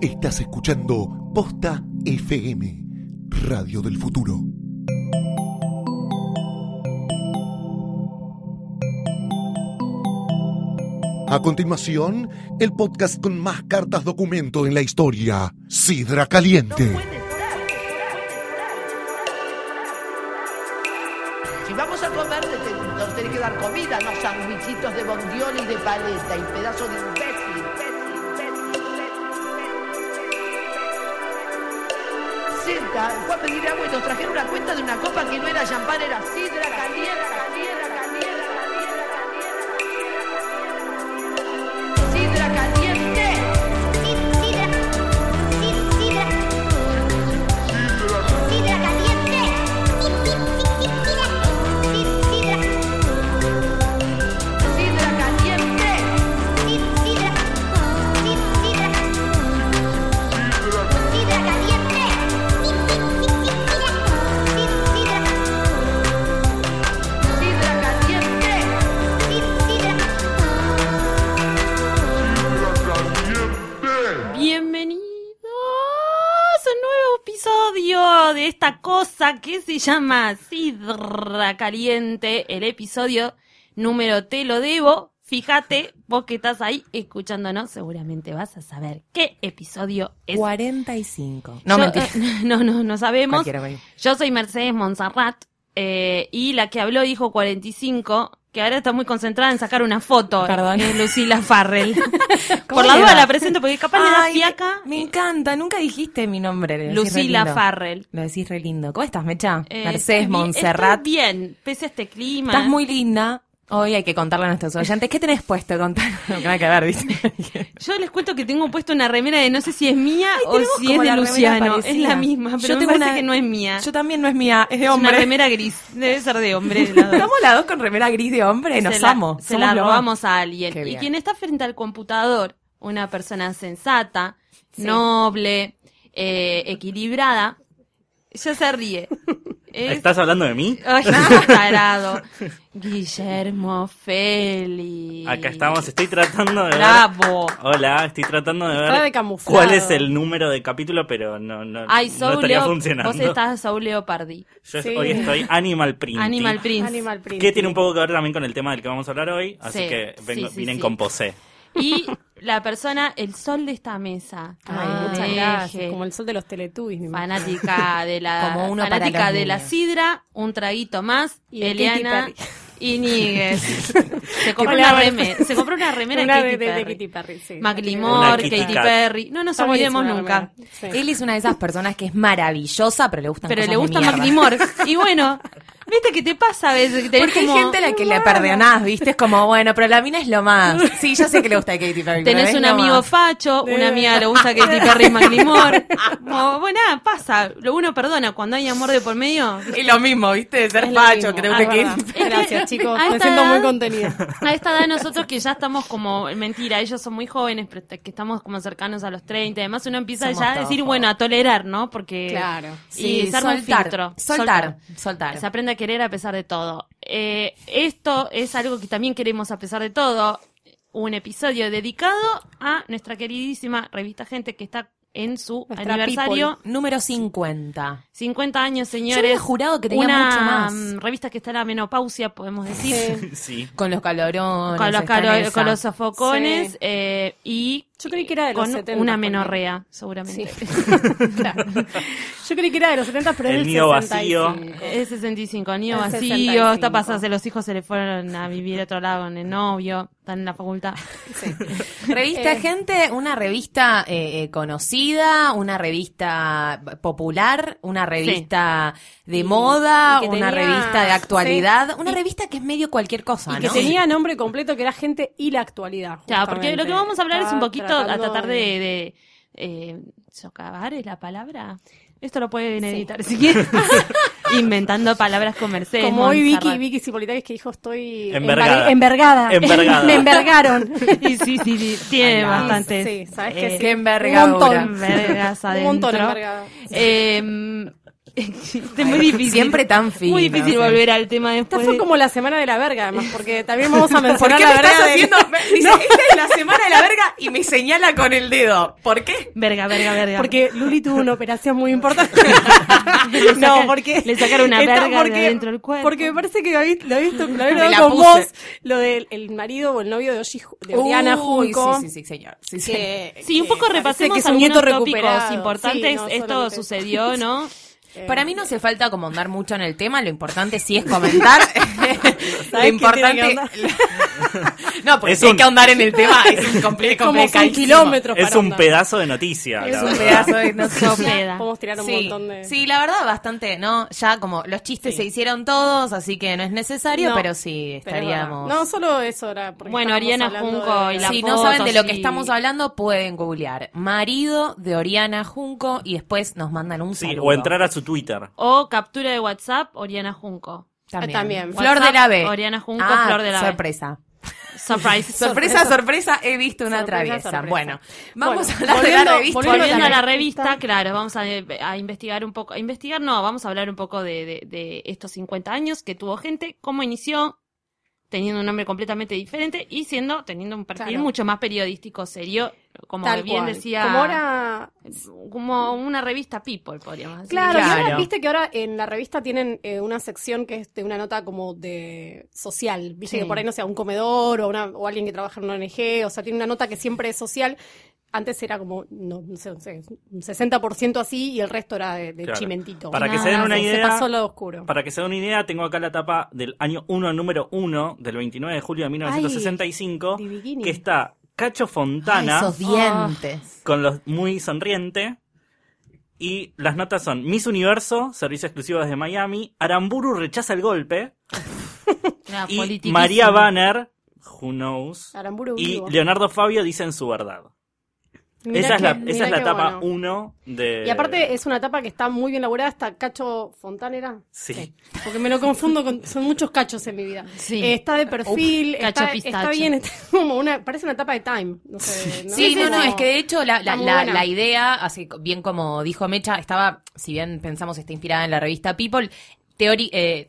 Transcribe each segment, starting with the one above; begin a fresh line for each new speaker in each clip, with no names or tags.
Estás escuchando Posta FM, Radio del Futuro. A continuación, el podcast con más cartas documento en la historia, Sidra Caliente.
Si vamos a comer, te- te- nos tenés que dar comida, no sandwichitos de bondiola y de paleta y pedazo de imbécil. Senta, fue a pedir agua y nos trajeron una cuenta de una copa que no era champán, era sidra caliente. caliente, caliente, caliente, caliente. Sidra caliente. Sidra caliente. Sidra caliente.
Bienvenidos a un nuevo episodio de esta cosa que se llama Sidra Caliente, el episodio número te lo debo. Fíjate, vos que estás ahí escuchándonos, seguramente vas a saber qué episodio es.
45.
Yo- eh, no, no, no sabemos.
Cualquiera, güey.
Yo soy Mercedes Monserrat eh, y la que habló dijo 45, que ahora está muy concentrada en sacar una foto.
Perdón.
Es Lucila Farrell.
¿Cómo
Por la
le
duda
va?
la presento porque capaz le da
Ay,
fiaca.
Me encanta, nunca dijiste mi nombre. lo decís re
Lucila
lindo.
Farrell.
Lo decís re lindo. ¿Cómo estás, Mecha?
Eh,
Mercedes
estoy bi-
Montserrat.
estoy bien, pese a este clima.
Estás muy linda. Hoy hay que contarle a nuestros oyentes. ¿Qué tenés puesto? Contar. No, que nada que ver, dice.
Yo les cuento que tengo puesto una remera de no sé si es mía o
tenemos
si
como
es de
la remera
Luciano.
parecida.
Es la misma, pero
Yo
me
tengo
parece
una-
que no es mía.
Yo también no es mía, es de
es una
hombre.
remera gris. Debe ser de hombre. las dos.
Estamos las dos con remera gris de hombre, nos
se la,
amo.
Se
somos
la
lo más.
robamos a alguien.
Qué
Y
bien.
quien está frente al computador, una persona sensata,
Sí.
noble, eh, equilibrada, ya se ríe. Es-
¿Estás hablando de mí?
Ay, qué tarado. Guillermo Félix.
Acá estamos, estoy tratando de ver.
Bravo.
Hola, estoy tratando de
Está de
ver
camuflado.
cuál es el número de capítulo, pero no, no,
Ay,
no
Saul
estaría
Leo-
funcionando.
Vos estás Saul Leopardi.
Yo
Sí.
hoy estoy Animal Print.
Animal Prince.
Animal Print.
Que tiene un poco que ver también con el tema del que vamos a hablar hoy, así
Sí,
que vengo,
sí, sí,
vine en
sí.
composé.
Y la persona, el sol de esta mesa.
Ay,
Ah,
muchas
eje.
gracias. Como el sol de los teletubbies. mi madre.
Fanática de la
Como uno para
fanática
los
de la
niños.
sidra, un traguito más,
Y de
Eliana
Katy
Iníguez. se compró
Una
una
vez-
remera, se compró una remera
Una
de
de, de- de
Katy
Kitty
Perry.
Perry. sí.
Una
Macklemore,
Kitty
Katy
Kat.
Perry. No nos
Está buenísima
olvidemos
la
nunca.
remera, sí.
Él es una de esas personas que es maravillosa, pero le gustan
Pero
cosas
le
de
gusta
mierda.
Macklemore. Y bueno, viste que te pasa a veces que tenés
Porque hay
como-
gente a la que le perdonás, ¿viste? Es como, bueno, pero la mina es lo más. Sí, yo sé que le gusta a Katy Perry. pero
Tenés
es
un
lo
amigo
más.
facho, una amiga lo usa Katy Perry y Macklemore. Como, bueno, nada, pasa. Lo uno perdona cuando hay amor de por medio.
Y lo mismo, ¿viste? De ser
Es lo
facho,
mismo.
creo
Ah,
que
es verdad.
Katy
Gracias, chicos.
A
Me
esta
siento muy
edad-
contenida.
A esta edad nosotros que ya estamos como, mentira, ellos son muy jóvenes, pero que estamos como cercanos a los 30. Además uno empieza
Somos
ya a
todos
decir,
jóvenes.
bueno, a tolerar, ¿no? Porque...
Claro.
Y
Sí,
se arma un
soltar,
filtro.
soltar, soltar.
Se aprende a querer a pesar de todo. Eh, esto es algo que también queremos a pesar de todo. Un episodio dedicado a nuestra queridísima revista Gente que está en su
Nuestra
aniversario.
Número 50.
50 años,
Yo había
señores.
jurado que tenía
Una
mucho más.
mm, revista que está en la menopausia, podemos decir.
Sí.
Con los calorones.
Con los,
está en
calo-
esa.
con los sofocones
Sí.
eh, y
Yo creí que era de los
con
70,
una
porque-
menorrea,
Sí.
seguramente.
Claro. Yo creí que era de los 70, pero
El
es del
nido vacío.
65.
Es 65, niño
Es
vacío,
65.
está pasando, los hijos se le fueron a vivir a otro lado con el novio, están en la facultad.
Revista
Eh.
Gente, una revista eh, eh, conocida, una revista popular, una revista de
Y-
moda,
y que
una
tenía-
revista de actualidad, una
Y-
revista que es medio cualquier
Ah,
cosa,
Y que
¿no?
tenía nombre completo que era gente y la actualidad.
Claro, porque lo que
justamente.
vamos a hablar es un
Estaba
poquito a
tratando
tratar de, de eh, socavar, es la palabra. Esto lo pueden editar si quieren. Inventando palabras con Mercedes.
Como hoy Vicky,
Montserrat.
Vicky Cipolitakis que dijo estoy
Envergada.
embarga- envergada.
Envergada.
Me envergaron.
Y sí, sí, sí, tiene
Ay,
bastantes.
Sí, sabes que
eh,
sí.
Qué envergadura.
Un montón.
vergas
Un montón
adentro.
envergada.
Eh, es muy difícil.
Siempre tan fino.
Muy difícil volver al tema
Esta
después.
fue
de-
como la semana de la verga, además, porque también vamos a mencionar la
me
verga. de-
Me dice, esta es la semana de la verga y me señala con el dedo. ¿Por qué?
Verga, verga, verga.
Porque Luli tuvo una operación muy importante.
Le sacan- le sacaron una
Está
verga de adentro del cuerpo.
Porque me parece que lo habéis, lo habéis to- lo habéis
Me la
hablado con
puse.
vos, lo del el marido o el novio de, Oshi, de Oriana
Uy,
Junco.
Sí, sí, sí, señor. Sí, señor.
que-
Sí, un
que
poco
parece
repasemos
que es un
algunos
nieto
tópicos
recuperado.
importantes.
Sí, no,
Esto
solamente-
sucedió, ¿no?
eh,
Para mí no hace falta como andar mucho en el tema, lo importante sí es comentar. lo
qué tiene
importante.
que andar?
no, porque
Es
si hay
un-
que andar en el tema es un compli-
como son
complicadísimo.
kilómetros
Es
para
un
andar.
pedazo de noticia.
Es
la
un
verdad.
pedazo de noticia.
Sopeda.
Podemos tirar un
Sí,
montón de...
sí, la verdad, bastante, ¿no? Ya como los chistes
Sí.
se hicieron todos, así que no es necesario,
No,
pero sí
pero es
estaríamos.
verdad. no, solo eso era. porque
Bueno,
estábamos
Oriana
hablando
Junco
de-
y la
si no
foto,
saben de lo que
sí.
estamos hablando, pueden googlear marido de Oriana Junco y después nos mandan un
Sí,
saludo.
o entrar a su Twitter.
O captura de WhatsApp, Oriana Junco.
También.
Ah, también.
Flor
WhatsApp,
de la B.
Oriana Junco,
Ah,
Flor de la B.
Sorpresa.
Surprise.
Sorpresa, sorpresa, he visto una
Sorpresa,
traviesa.
sorpresa.
Bueno, vamos
Bueno,
a hablar de la
volviendo-
revista.
Volviendo a la
la
revista,
revista.
claro, vamos a, a investigar un poco. A investigar no, vamos a hablar un poco de, de- de estos 50 años que tuvo gente, cómo inició teniendo un nombre completamente diferente y siendo teniendo un perfil
Claro.
mucho más periodístico, serio, como
Tal
bien
cual.
decía,
Como ahora
como una revista People, podríamos decir.
Claro, y ahora
Claro.
viste que ahora en la revista tienen eh, una sección que es de una nota como de social, viste
Sí.
que por ahí no sea un comedor o, una, o alguien que trabaja en una ONG, o sea, tiene una nota que siempre es social. Antes era como, no, no sé, no sé, un 60% así y el resto era de, de
Claro.
chimentito.
Para
que
Nada,
se den una
se- Se
idea-
pasó lo oscuro.
Para que se den una idea, tengo acá la tapa del año 1, número 1, del 29 de julio de 1965,
Ay, de bikini.
que está Cacho
Ay,
Fontana
esos dientes.
con los muy sonriente. Y las notas son Miss Universo, servicio exclusivo desde Miami, Aramburu rechaza el golpe,
Claro,
y
politiquísimo.
María Banner, who knows,
Aramburu
y
vivo.
Leonardo Fabio dicen su verdad.
Mirá
Esa es la,
qué-
esa
mirá
es la
qué
etapa
bueno.
1 de...
Y aparte eh, es una etapa que está muy bien elaborada, está Cacho Fontanera.
Sí.
Porque me lo confundo con. Son muchos cachos en mi vida.
Sí.
Este,
Eh, está de perfil,
Uf, cacho
está,
pistacho.
está bien, está como una. Parece una etapa de time. No sé, ¿no?
Sí, no, no,
Como-
es que de hecho la, la,
Está muy
la-
buena.
la idea, así co- bien como dijo Mecha, estaba, si bien pensamos está inspirada en la revista People, teori, eh,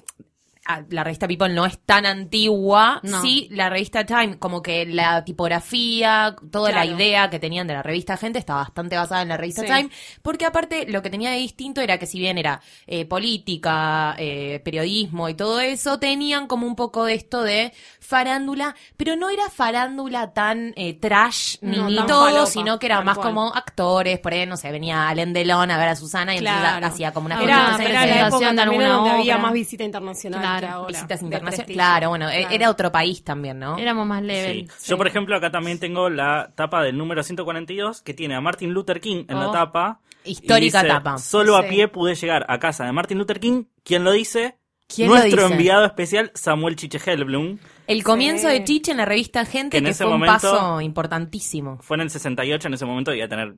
ah, la revista People no es tan antigua,
No.
sí, la revista Time, como que la tipografía, toda la
Claro.
idea que tenían de la revista Gente está bastante basada en la revista
Sí.
Time, porque aparte lo que tenía de distinto era que si bien era eh, política, eh, periodismo y todo eso, tenían como un poco de esto de farándula, pero no era farándula tan eh, trash ni,
No,
ni
tan
todo,
falopa,
sino que era
tal
más
cual.
como actores, por ahí, no sé, venía Alain Delon a ver a Susana y
Claro.
entonces hacía como una
Era,
foto,
era la época
presentación de
también
alguna
donde había
obra.
más visita internacional.
Claro,
que ahora,
visitas
de
internacionales.
prestigio.
Claro, bueno, e-
Claro.
era otro país también, ¿no?
Éramos más
Sí.
level.
Yo, por ejemplo, acá también tengo la tapa del número 142 que tiene a Martin Luther King en
Oh.
la tapa. y
Histórica
dice,
tapa.
Solo
Sí.
a pie pude llegar a casa de Martin Luther King. ¿Quién lo dice?
¿Quién lo
Nuestro
dice?
enviado especial Samuel Chiche Helblum.
El comienzo
Sí.
de Chiche en la revista Gente,
Que
que,
en ese
fue un
momento-
paso importantísimo.
Fue en el 68, en ese momento debía tener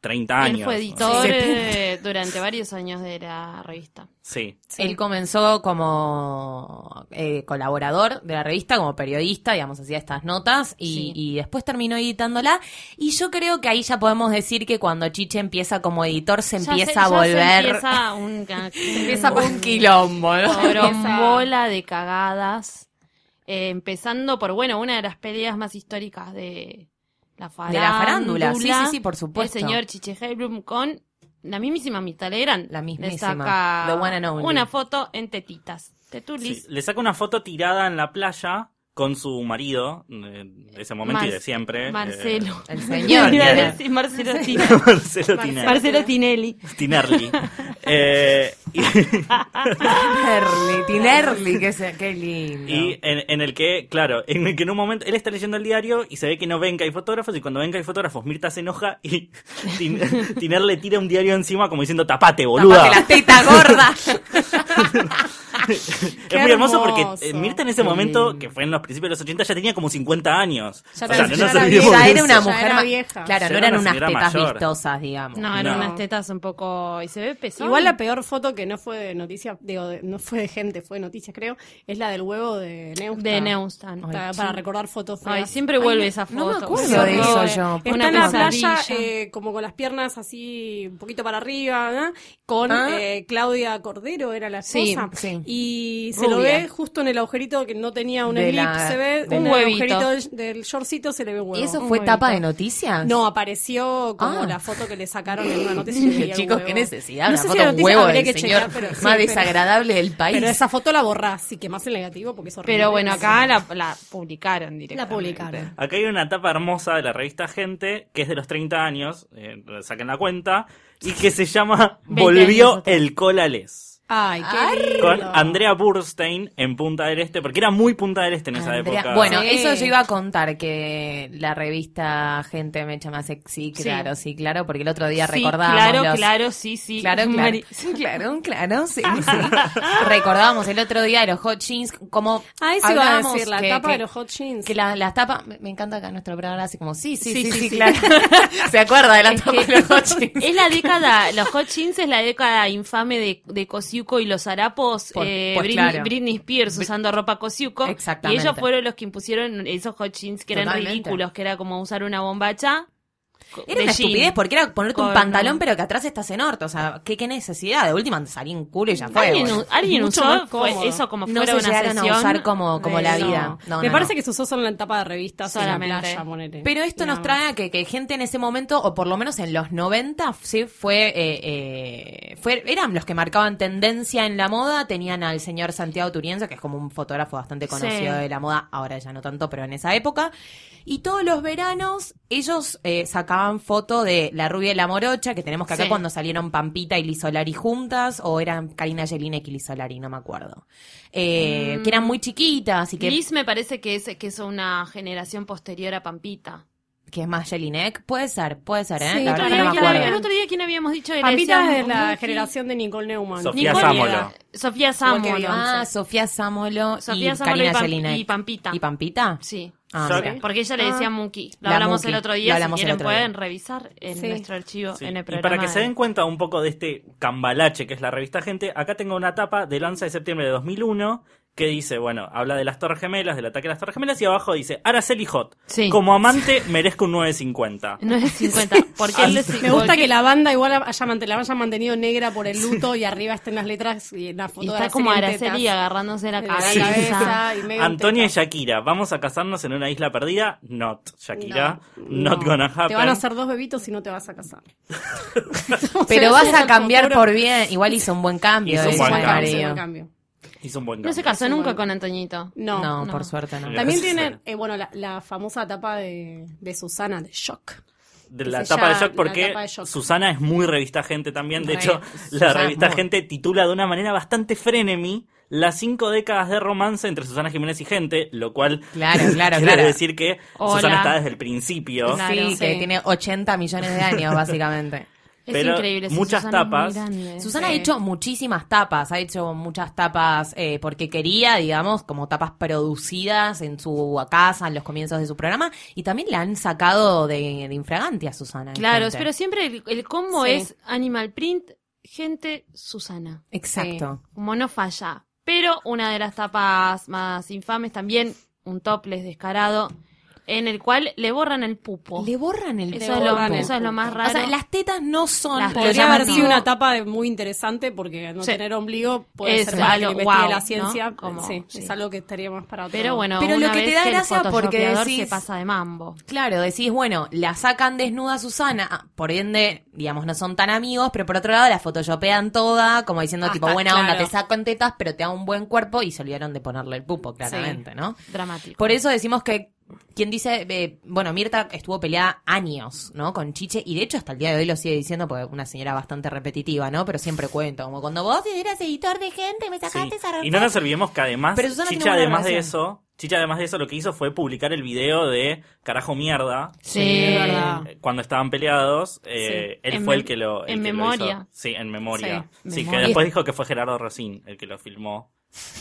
30
Él
años.
fue editor
Sí.
eh, durante varios años de la revista.
Sí.
Él comenzó como eh, colaborador de la revista, como periodista, digamos, hacía estas notas y,
Sí.
y después terminó editándola. Y yo creo que ahí ya podemos decir que cuando Chiche empieza como editor se
Ya
empieza
se-
a
ya se
volver.
empieza un,
empieza por un quilombo, ¿no?
Corombola de cagadas. eh, empezando por, bueno, una de las peleas más históricas de la
De
farándula.
la farándula, sí, sí, sí, por supuesto.
El señor Chiche Heilblum con la mismísima Mirta Legrand.
La mismísima,
Le saca
the one and only.
una foto en tetitas. Tetulis.
Sí. Le saca una foto tirada en la playa con su marido eh, de ese momento y
Mar-
de siempre. eh,
Marcelo.
El señor.
Iba a
Tinelli.
decir Marcelo Tin-
Marcelo Tiner-
Marcelo Tinelli.
Tinerli. Eh, y-
Tinerli, Tinerli, que se- qué lindo.
Y en, en el que, claro, en el que en un momento él está leyendo el diario y se ve que no ven que hay fotógrafos y cuando ven que hay fotógrafos Mirta se enoja y Tin- Tiner le tira un diario encima como diciendo tapate, boluda.
Tapate la teta gorda.
es muy hermoso,
hermoso.
porque eh, Mirta en ese momento, que fue en los principios de los 80, ya tenía como 50 años.
Ya
o sea, no
ya
nos
era
olvidemos
vieja,
ya
de
era
eso.
una
Ya
mujer
era
ma-
vieja.
Claro,
Ya
no
era
eran
una
unas
señora
tetas
mayor.
vistosas, digamos.
No, eran
No.
unas tetas un poco. Y se ve pesado.
Igual la peor foto que no fue de noticias, digo, de- no fue de gente, fue de noticias, creo, es la del huevo de Neustadt.
de Neustan.
Pa- Para, recordar fotos feas.
Ay, siempre vuelve
Ay,
esa foto.
no me acuerdo
Sí,
de
no,
eso
eh.
yo.
Está
una
en la playa
pesadilla.
eh, como con las piernas así un poquito para arriba, ¿no? con
Ah.
eh, Claudia Cordero, era la
Sí,
esposa.
sí.
Y se
Rubia.
lo ve justo en el agujerito que no tenía un
De
slip,
la-
se ve
de
un
la-
agujerito del- del shortcito, se le ve huevo.
¿Y eso fue
Un
tapa
huevito.
de noticias?
No, apareció como
Ah.
la foto que le sacaron en una noticia. y
Dije,
había
Chicos,
huevo.
qué necesidad.
No
una
sé si
foto
la
un
noticia
huevo
habría
del
que
señor
checar, pero sí,
más
pero-
desagradable del país.
Pero esa foto la borrás, y que más el negativo porque es horrible.
Pero bueno, acá la, la publicaron directamente.
La publicaron.
Acá hay una etapa hermosa de la revista Gente, que es de los 30 años, eh, saquen la cuenta, y que se llama
20 años
Volvió
atrás.
el Colales.
Ay, qué lindo.
Con Andrea Burstein en Punta del Este, porque era muy Punta del Este en esa
Andrea-
época.
Bueno,
Sí.
eso yo iba a contar que la revista Gente me echa más sexy,
Sí.
claro, sí, claro, porque el otro día
Sí,
recordábamos
Claro,
los-
claro, sí, sí.
Claro, claro.
Mari-
claro, claro, sí, sí. Recordábamos el otro día de los hot jeans, como
Ah, eso iba a
hablábamos
decir, la
que-
tapa
que-
de los hot jeans.
que la- las tapas, me, me encanta acá nuestro programa hace como, sí, sí,
Sí,
sí,
sí,
sí,
sí.
claro. Se acuerda de la
Es que-
tapa de los hot jeans.
Es la década, los hot jeans es la década infame de, de Kosiuko y los harapos,
Por-
eh,
pues,
Britney,
claro.
Britney Spears usando ropa Kosiuko.
Exactamente.
Y ellos fueron los que impusieron esos hot jeans que eran
Totalmente.
ridículos, que era como usar una bombacha. co-
Era
de
una
jean.
estupidez porque era ponerte un
Con-
pantalón pero que atrás estás en orto. O sea, ¿qué, qué necesidad? De última te salí en culo y ya fue.
¿Alguien,
boludo.
u- alguien
Mucho
usó
más cómodo.
fue- eso como
No
fuera
se
una
llegaron a
sesión
usar como- como
de-
la
no.
vida. No,
Me
no,
parece
no.
que se usó solo en tapa de revistas en la
Solamente.
playa, ponele.
Pero esto
Nada
nos trae a que, que gente en ese momento, o por lo menos en los 90, sí, fue, eh, eh, fue- eran los que marcaban tendencia en la moda. Tenían al señor Santiago Turienzo, que es como un fotógrafo bastante conocido
Sí.
de la moda, ahora ya no tanto, pero en esa época. Y todos los veranos ellos eh, sacaban foto de la rubia y la morocha, que tenemos que acá
Sí.
cuando salieron Pampita y Lisolari juntas, o eran Karina Jelinek y Lisolari, no me acuerdo. Eh, Que eran muy chiquitas y que...
Mm. Liz me parece que es, que es una generación posterior a Pampita.
que es más Jelinek, puede ser, puede ser, ¿eh?
Sí,
la
El
verdad
otro
que
día,
no me
¿quién
acuerdo.
había- el otro día, ¿quién habíamos dicho? Era
Pampita
esa-
es de la
Muki,
generación de Nicole Neumann.
Sofía
Nicole.
Sámolo.
Sofía
Igual que
Sámolo.
Ah, Sofía Samolo
Sofía
y
Sámolo y
Karina
Pam-
Jelinek.
y Pampita.
¿Y Pampita?
Sí.
Ah,
Yo-
mira.
Porque ella le decía
Ah.
Muki. Lo
La
hablamos
Muki.
el otro
Lo
día. Si
hablamos el
quieren,
otro día.
pueden revisar en
Sí.
nuestro archivo
Sí,
en el
Y
programa.
para que se
de-
den cuenta un poco de este cambalache que es la revista Gente, acá tengo una tapa del 11 de septiembre de 2001 que dice, bueno, habla de las Torres Gemelas, del ataque a las Torres Gemelas y abajo dice, Araceli Hot,
Sí.
como amante merezco un 950.
No es 50.
Ah,
Porque él es-
Me gusta
Ah, porque-
que la banda igual haya mant- la hayan mantenido negra por el luto y arriba estén las letras y la
y
foto de
está como
en
Araceli
tetas,
agarrándose la
en la
cabeza.
cabeza y medio en
Antonia y
tetas.
Shakira, vamos a casarnos en una isla perdida. Not, Shakira.
No,
not
no.
gonna happen.
Te van a hacer dos bebitos y no te vas a casar.
Pero vas a cambiar por
bien
bien. Igual hizo un buen cambio.
Hizo un
ese
buen
marido.
cambio.
cambio.
Hizo un buen
No se
cambio.
casó nunca con Antoñito.
No.
No,
No.
por suerte no.
Mira.
También
Gracias,
tienen,
Sara.
eh, bueno, la, la famosa tapa de, de Susana, de Shock.
De la
Se
tapa de
llama
Shock, porque
La Tapa de Shock.
Susana es muy revista gente también. De
Re,
hecho, la
Susana
revista
es muy-
gente titula de una manera bastante frenemy las cinco décadas de romance entre Susana Jiménez y gente, lo cual
Claro, claro,
quiere
claro.
decir que
Hola.
Susana está desde el principio.
Claro,
sí, que
sí.
tiene 80 millones de años, básicamente.
Es
Pero
increíble. sí,
muchas
Susana es muy
tapas.
grande.
Susana ha
Sí.
hecho muchísimas tapas, ha hecho muchas tapas eh, porque quería, digamos, como tapas producidas en su casa, en los comienzos de su programa, y también la han sacado de, de infraganti a Susana.
Claro,
gente.
pero siempre el, el combo
Sí.
es Animal Print, gente, Susana.
Exacto.
Como no falla. Pero una de las tapas más infames también, un topless descarado, en el cual le borran el pupo.
Le borran el
Eso, es
le
lo,
borran el
eso es lo más raro.
O sea, las tetas no son
Las
lo
tetas
Podría haber
llamativo.
sido una tapa de muy interesante porque al no
Ah, Sí.
tener ombligo puede
Es
ser más que
algo-
investigue
wow,
la ciencia.
¿no? Como-
sí,
sí.
Es algo que estaría más para otro.
Pero bueno,
Pero lo
una
que te
vez
da
el
gracia porque
photoshopeador
decís-
se pasa de mambo.
Claro, decís, bueno, la sacan desnuda a Susana, ah, por ende, digamos, no son tan amigos, pero por otro lado la photoshopean toda, como diciendo,
Hasta,
Ah,
tipo, buena onda,
claro.
te saco en tetas, pero te da un buen cuerpo, y se olvidaron de ponerle el pupo, claramente, ¿no?
Dramático.
Por eso decimos que quien dice, eh, bueno, Mirta estuvo peleada años, ¿no? Con Chiche, y de hecho hasta el día de hoy lo sigue diciendo, porque es una señora bastante repetitiva, ¿no? Pero siempre cuenta, como cuando vos eras editor de gente, me
Sí.
sacaste esa
Y no nos olvidemos que además,
Pero Susana tiene
Chicha,
buena
además de
relación.
eso, Chicha, además de eso, lo que hizo fue publicar el video de Carajo Mierda.
Sí,
Sí, es verdad.
Eh, cuando estaban peleados, eh, él
En
fue
mem-
el que lo. el
en
que lo
memoria.
hizo. Sí, en memoria.
Sí,
Sí, que
memoria.
después dijo que fue Gerardo Rosín el que lo filmó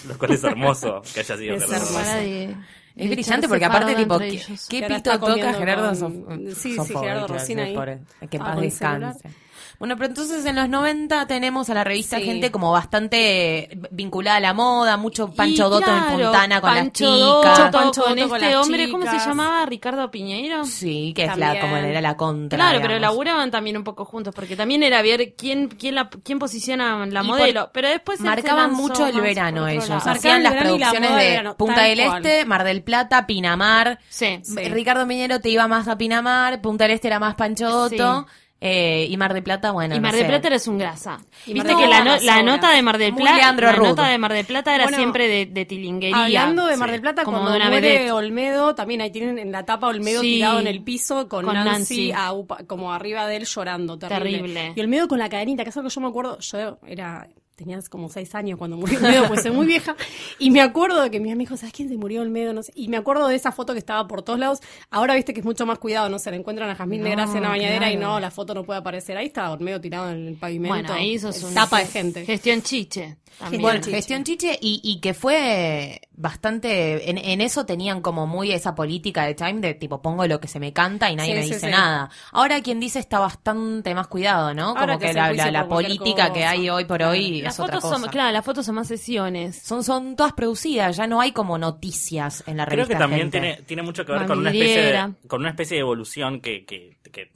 Lo cual es hermoso que haya sido
Es
Gerardo
hermoso.
Ross.
Para de- de
Es brillante
echarse
porque aparte,
pardo
tipo,
entre
¿qué,
ellos.
Que
qué
ahora
pito
está
toca
comiendo
Gerardo?
con-
Sof-
sí,
Sof-
sí, Gerardo Rosina ahí.
pobre, eh, Que en
Ah,
paz
con el
descanse.
celular.
Bueno, pero entonces en los 90 tenemos a la revista
Sí.
gente como bastante vinculada a la moda, mucho Pancho
Y
Dotto
claro,
en Fontana con
Pancho
las
Dotto,
chicas.
Pancho
con
Dotto con
este
las
hombre, ¿cómo se
chicas.
llamaba? Ricardo Piñeiro.
Sí, que es la,
También.
como era la contra.
Claro, pero
digamos.
laburaban también un poco juntos, porque también era ver quién, quién, la, quién posiciona la
Y
modelo. pero después él se
Marcaban
lanzó
mucho el
más
verano
por otro
ellos.
lado.
Marcaban
Hacían
el
las
verano y la
producciones
moda de
de
verano,
Punta
tal
del
cual.
Este, Mar del Plata, Pinamar.
Sí.
Sí.
Ricardo Piñero te iba más a Pinamar, Punta del Este era más Pancho Dotto. eh, y Mar del Plata, bueno.
y
no
Mar del
sé.
Plata eres un grasa.
Y
Viste
Mar
que
del
la,
Plata
no- la
sobra.
nota de Mar del
Muy
Plata,
Leandro
la
Rudd.
nota de Mar del Plata era
Bueno,
siempre de, de tilinguería.
Hablando de Mar
Sí.
del Plata,
Como
cuando
de una
muere
vedette.
Olmedo, también ahí tienen en la tapa Olmedo
Sí.
tirado en el piso con,
Con Nancy.
Nancy, a upa- como arriba de él llorando. Terrible.
Terrible.
Y Olmedo con la cadenita, que es algo que yo me acuerdo, yo era... Tenía como seis años cuando murió Olmedo, pues soy muy vieja. Y me acuerdo de que mi amigo dijo, ¿sabes quién se murió Olmedo? No sé. Y me acuerdo de esa foto que estaba por todos lados. Ahora viste que es mucho más cuidado, no se la encuentran a Jazmín de
No,
Gracia en la bañadera y
claro.
no, la foto no puede aparecer. Ahí estaba Olmedo tirado en el pavimento.
Bueno, ahí eso es
en
una
Tapa de gente.
Gestión chiche. también.
Bueno,
Chiche.
gestión chiche y, y que fue bastante, en, en eso tenían como muy esa política de time de tipo pongo lo que se me canta y nadie
Sí,
me
sí,
dice
sí.
nora. Ahora quien dice está bastante más cuidado, ¿no?
Ahora
Como
te
que
hacen
la,
juicio
la- la
por cualquier
política que
cosa.
hay hoy por hoy
las
es otra
fotos
cosa.
son, claro, las fotos son más sesiones.
son, son todas producidas, ya no hay como noticias en la
Creo
revista.
que también
Gente.
tiene, tiene mucho que ver con una especie
Madriguera.
de, con una especie de evolución que, que, que-